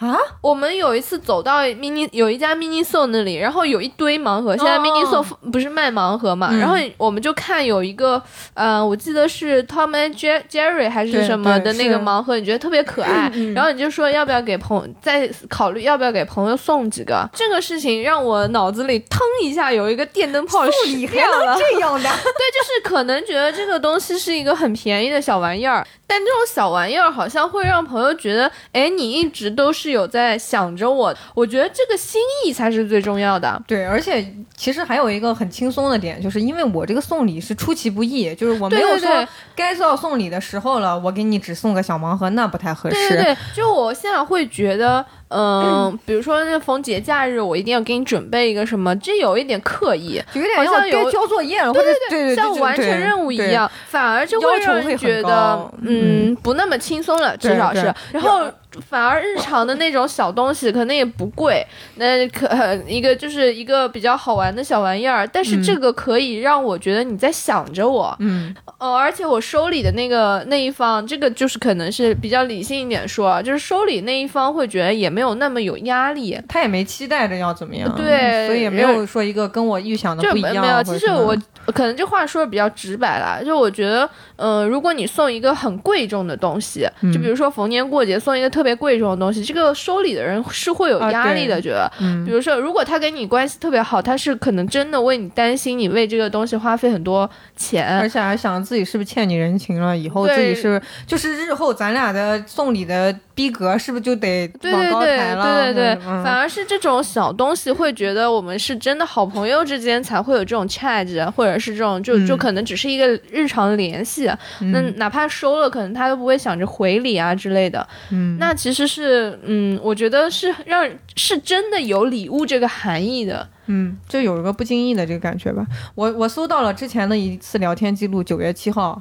S2: 啊，
S1: 我们有一次走到 mini 有一家 mini so 那里，然后有一堆盲盒。现在 mini so 不是卖盲盒嘛？
S2: 哦嗯
S1: 然后我们就看有一个，呃，我记得是 Tom and Jer- Jerry 还是
S2: 对
S1: 什么的
S2: 对
S1: 那个
S2: 是嗯
S1: 盲盒，你觉得特别可爱，然后你就说要不要给朋友再考虑要不要给朋友送几个。这个事情让我脑子里腾一下有一个电灯泡
S2: 送
S1: 闪
S2: 礼还
S1: 亮了
S2: 能。这样
S1: 对，
S2: 的，
S1: 就是可能觉得这个东西是一个很便宜的小玩意儿，但这种小玩意儿好像会让朋友觉得，哎，你一直都是有在想着我。我觉得这个心意才是最重要的。
S2: 对，而且其实还有一个很轻松的点，就是因为我这个送礼是出其不意，就是我没
S1: 对
S2: 有
S1: 对对
S2: 说该到送礼的时候了，我给你只送个小盲盒，那不太合
S1: 对
S2: 适。
S1: 对对，就我现在会觉得，嗯，比如说那逢节假日，我一定要给你准备一个什么，这有一点刻意，
S2: 就有点
S1: 好
S2: 像
S1: 像有
S2: 该交作业了，或者对对
S1: 像完成任务一。样，反而就
S2: 要求
S1: 让
S2: 会
S1: 人
S2: 很
S1: 觉得
S2: 高，
S1: 嗯，不那么轻松了，至
S2: 对
S1: 少
S2: 对
S1: 是。然后反而日常的那种小东西可能也不贵，那可 一个就是一个比较好玩的小玩意儿，但是这个可以让我觉得你在想着我，
S2: 嗯，
S1: 呃，而且我收礼的那个那一方，这个就是可能是比较理性一点说啊，就是收礼那一方会觉得也没有那么有压力，
S2: 他也没期待着要怎么样，嗯
S1: 对
S2: 所以也没有说一个跟我预想的
S1: 就
S2: 不一
S1: 没
S2: 样。
S1: 没有，
S2: 或
S1: 其
S2: 者
S1: 实
S2: 什么
S1: 我可能这话说的比较直白啦，就我觉得，嗯、如果你送一个很贵重的东西，就
S2: 嗯
S1: 比如说逢年过节送一个特别贵重的东西，这个收礼的人是会有
S2: 啊
S1: 压
S2: 对
S1: 力的，觉得。
S2: 嗯
S1: 比如说，如果他跟你关系特别好，他是可能真的为你担心，你为这个东西花费很多钱
S2: 而。且还想自己是不是欠你人情了，以后自己
S1: 呃对
S2: 是不是就是日后咱俩的送礼的逼格是不是就得
S1: 对
S2: 往
S1: 对
S2: 高
S1: 对
S2: 抬了？
S1: 对对对，
S2: 嗯
S1: 反而是这种小东西会觉得我们是真的好朋友之间才会有这种 charge，或者是这种就就
S2: 嗯
S1: 可能只是一个日常联系，那哪怕收了，可能他都不会想着回礼啊之类的。
S2: 嗯
S1: 那其实是，嗯，我觉得是让是真的有礼物这个含义的。
S2: 嗯，就有一个不经意的这个感觉吧。我我搜到了之前的一次聊天记录，九月七号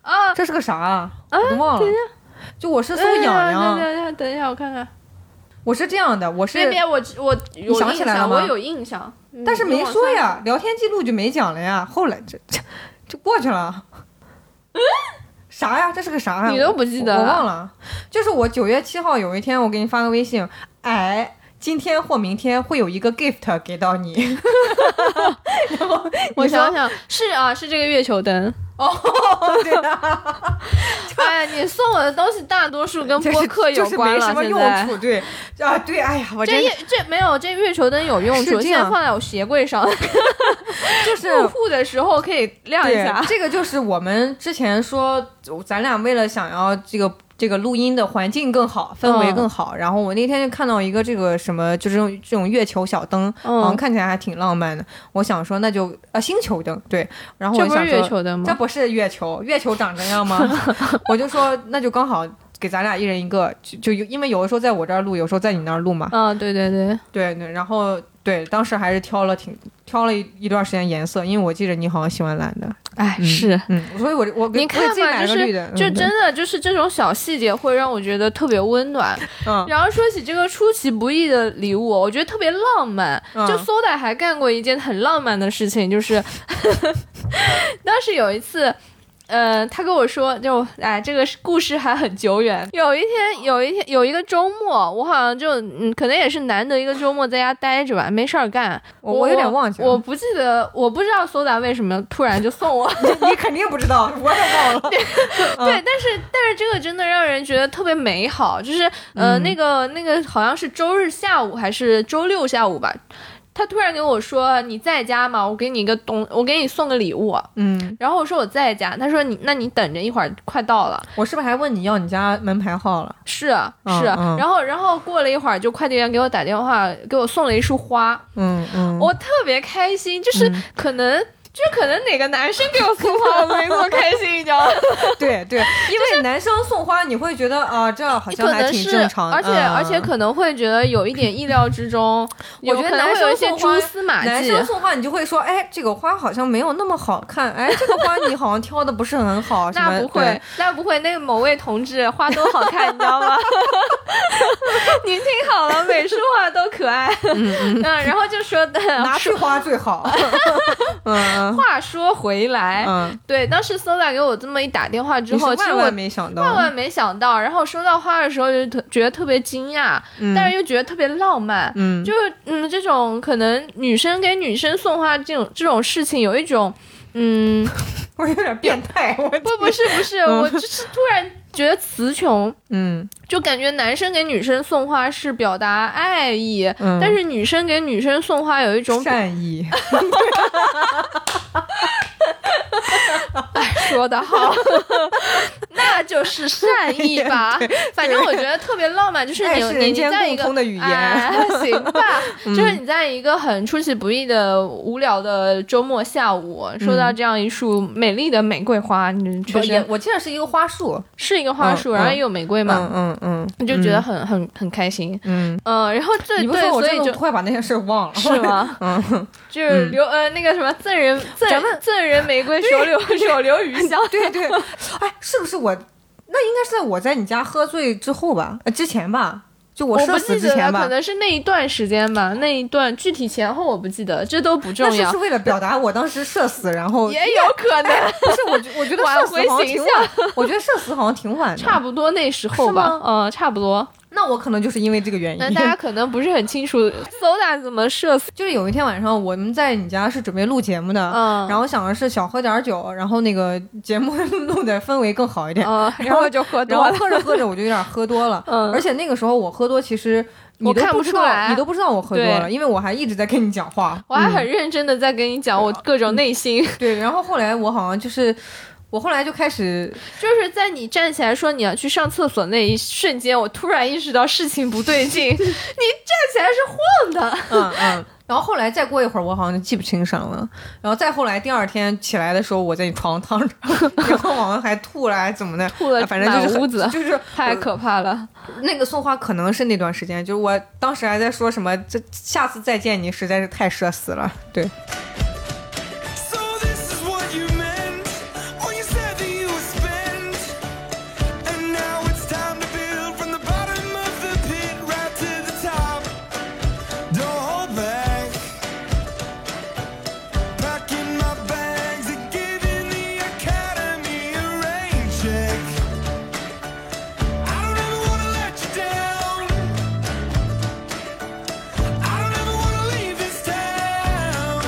S1: 啊，
S2: 这是个啥啊？我都忘了。就我是搜痒
S1: 等一下
S2: 痒，
S1: 等一下，啊等一下，我看看
S2: 我是这样的，我是
S1: 那，边我我有
S2: 想
S1: 印
S2: 起来了
S1: 象
S2: 吗
S1: 我有印象，嗯
S2: 但是没说。
S1: 你往上
S2: 呀，聊天记录就没讲了呀。后来这这这过 去了，啥呀？这是个啥呀？
S1: 你都不记得啊
S2: 我，我
S1: 了
S2: 忘了。就是我九月七号有一天，我给你发个微信，哎。今天或明天会有一个 gift 给到你， 然后
S1: 我
S2: 你说
S1: 想想，是啊，是这个月球 灯。
S2: 对啊，
S1: 哎呀，你送我的东西大多数跟
S2: 就是
S1: 播客有
S2: 就是
S1: 关
S2: 没
S1: 了，
S2: 什么
S1: 现
S2: 用
S1: 在。
S2: 处，对啊，对，哎呀，我
S1: 这
S2: 真
S1: 月这没有这月球灯有用
S2: 是
S1: 处，
S2: 这
S1: 现在
S2: 样
S1: 放在我鞋柜上，
S2: 就是
S1: 入户的时候可以亮一
S2: 对
S1: 下。
S2: 这个就是我们之前说，咱俩为了想要这个这个录音的环境更好，氛
S1: 嗯
S2: 围更好。然后我那天就看到一个这个什么，就是这种这种月球小灯，
S1: 嗯
S2: 好像看起来还挺浪漫的。我想说那就啊星球灯对，然后我
S1: 这
S2: 就
S1: 不
S2: 想
S1: 是
S2: 说
S1: 月球灯
S2: 这
S1: 吗？
S2: 不是月球，月球长这样吗？ 我就说那就刚好给咱俩一人一个，就就因为有的时候在我这儿录，有时候在你那儿录嘛。
S1: 啊，对对对，
S2: 对对，然后对，当时还是挑了挺挑了一一段时间颜色，因为我记得你好像喜欢蓝的，
S1: 哎，
S2: 嗯
S1: 是。
S2: 嗯，所以我就我给
S1: 你看
S2: 我给自己
S1: 嘛
S2: 买了
S1: 就
S2: 个
S1: 是
S2: 绿的，
S1: 就
S2: 嗯
S1: 真的就是这种小细节会让我觉得特别温暖。
S2: 嗯
S1: 然后说起这个出其不意的礼物，我觉得特别浪漫。
S2: 嗯
S1: 就 Soda 还干过一件很浪漫的事情，就是 当时有一次。呃，他跟我说，就哎，这个是故事还很久远。有一天，有一天，有一个周末，我好像就嗯，可能也是难得一个周末在家待着吧，没事儿干。
S2: 嗯我我有点忘记了
S1: 我不记得，我不知道 Soda 为什么突然就送我
S2: 你肯定不知道，我也忘 了。嗯
S1: 对，但是但是这个真的让人觉得特别美好，就是
S2: 嗯
S1: 呃，那个那个好像是周日下午还是周六下午吧，他突然给我说你在家吗？我给你一个东，我给你送个礼物。
S2: 嗯，
S1: 然后我说我在家，他说你那你等着，一会儿快到了。
S2: 我是不是还问你要你家门牌号了？
S1: 是啊
S2: 嗯
S1: 是啊，
S2: 嗯
S1: 然后然后过了一会儿，就快递员给我打电话，给我送了一束花，
S2: 嗯嗯，
S1: 我特别开心，就是
S2: 嗯
S1: 可能。就是可能哪个男生给我送花，我没那么开心，你知道吗？
S2: 对对，因为男生送花，你会觉得啊，这好像
S1: 可
S2: 还
S1: 能
S2: 挺
S1: 是，
S2: 正常的，
S1: 而且、
S2: 嗯
S1: 而且。
S2: 嗯
S1: 可能会觉得有一点意料之 中，
S2: 我觉
S1: 有
S2: 得
S1: 可能
S2: 男
S1: 会有
S2: 生
S1: 一些
S2: 送花
S1: 蛛丝马
S2: 男
S1: 迹。
S2: 生送花，你就会说，哎，这个花好像没有那么好看，哎，这个花你好像挑的不是 很好， 什么
S1: 那不会，，那不会，那个某位同志花多好看，你知道吗？ 你听好了，美术画都可爱。 嗯，然后就说的。
S2: 对拿去花 最好。嗯
S1: 话说回来，
S2: 嗯，
S1: 对，当时 Soda 给我这么一打电话之
S2: 你是
S1: 后，其实
S2: 万
S1: 我
S2: 万没想到，
S1: 万万没想到，然后收到花的时候就特觉得特别惊讶，
S2: 嗯
S1: 但是又觉得特别浪漫。
S2: 嗯
S1: 就是嗯，这种可能女生给女生送花这种这种事情，有一种嗯，
S2: 我有点变态，我
S1: 不不是不是，我就是突然觉得词穷，
S2: 嗯
S1: 就感觉男生给女生送花是表达爱意，
S2: 嗯
S1: 但是女生给女生送花有一种
S2: 善意，
S1: 说的好， 那就是善意 吧。反正我觉得特别浪漫，就是
S2: 爱
S1: 你
S2: 哎
S1: 你
S2: 是人
S1: 你
S2: 间
S1: 在一
S2: 共
S1: 个
S2: 通的语言嗯
S1: 哎， 行吧，就是你在一个很出其不意的无聊的周末下午，收到
S2: 嗯
S1: 这样一束美丽的玫瑰花，你确
S2: 也
S1: 实
S2: 我记得是一个花束，
S1: 是一个花束，
S2: 哦嗯
S1: 然后
S2: 嗯
S1: 也有玫瑰嘛，
S2: 嗯嗯嗯
S1: 你就觉得很很很开心。
S2: 嗯，
S1: 嗯，然后对
S2: 你不
S1: 对，
S2: 说我
S1: 所
S2: 真
S1: 以
S2: 的
S1: 就
S2: 快把那件事忘了，
S1: 是 吗？嗯，就是留呃那个什么赠人赠
S2: 咱们
S1: 赠人玫瑰，手留 手留 余香。
S2: 对对，哎，是不是我？那应该是在我在你家喝醉之后吧，呃，之前吧，就我
S1: 不
S2: 社死
S1: 记
S2: 之
S1: 得
S2: 前
S1: 了，
S2: 吧
S1: 可。能是那一段时间吧，那一段具体前后我不记得，这都不
S2: 但
S1: 重
S2: 是
S1: 要
S2: 是，为了表达我当时社死，然后
S1: 也有可能
S2: 不是我觉，我觉得
S1: 挽
S2: 社死
S1: 回
S2: 好像
S1: 形
S2: 挺
S1: 象
S2: 晚，我觉得社死好像挺晚的。
S1: 差不多那时候吧
S2: 是吗，
S1: 嗯，差不 多。
S2: 那我可能就是因为这个原
S1: 那
S2: 因
S1: 大。家可能不是很清楚 Soda 怎么社死，
S2: 就是有一天晚上，我们在你家是准备录节目的，
S1: 嗯
S2: 然后想着是小喝点儿酒，然后那个节目 录的氛围更好一点。
S1: 嗯，然后就喝
S2: 然
S1: 多
S2: 后
S1: 了，
S2: 喝着喝着我就有点喝多了，
S1: 嗯
S2: 而且那个时候我喝多，其实你
S1: 我
S2: 都
S1: 看不
S2: 不知道
S1: 出来
S2: 你都不知道我喝多
S1: 对哦
S2: 了，因为我还一直在跟你讲话。
S1: 我还很认真的在跟你讲我各种内心，
S2: 对，然后后来我好像就是，我后来就开始，
S1: 就是在你站起来说你要去上厕所那一瞬间，我突然意识到事情不对劲， 你站起来是晃的，
S2: 嗯嗯，然后后来再过一会儿，我好像就记不清什么了。然后再后来第二天起来的时候，我在你床躺着， 然后好像还吐了，还怎么的，
S1: 吐了
S2: 啊反正就是
S1: 满
S2: 很
S1: 屋子
S2: 就是
S1: 太可怕了。
S2: 那个送花可能是那段时间，就是我当时还在说什么，这下次再见你实在是太社死了，对。
S4: So this is what you meant when you said that you were spent. And now it's time to build from the bottom of the pit right to the top. Don't hold back. Packing my bags and giving the academy a rain check. I don't ever wanna let you down. I don't ever wanna leave this town.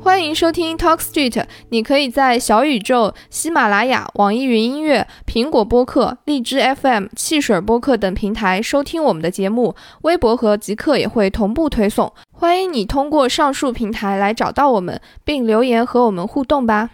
S1: 欢迎收听 Talk Street。你可以在小宇宙、喜马拉雅、网易云音乐、苹果播客、荔枝 FM、汽水播客等平台收听我们的节目，微博和极客也会同步推送。欢迎你通过上述平台来找到我们，并留言和我们互动吧。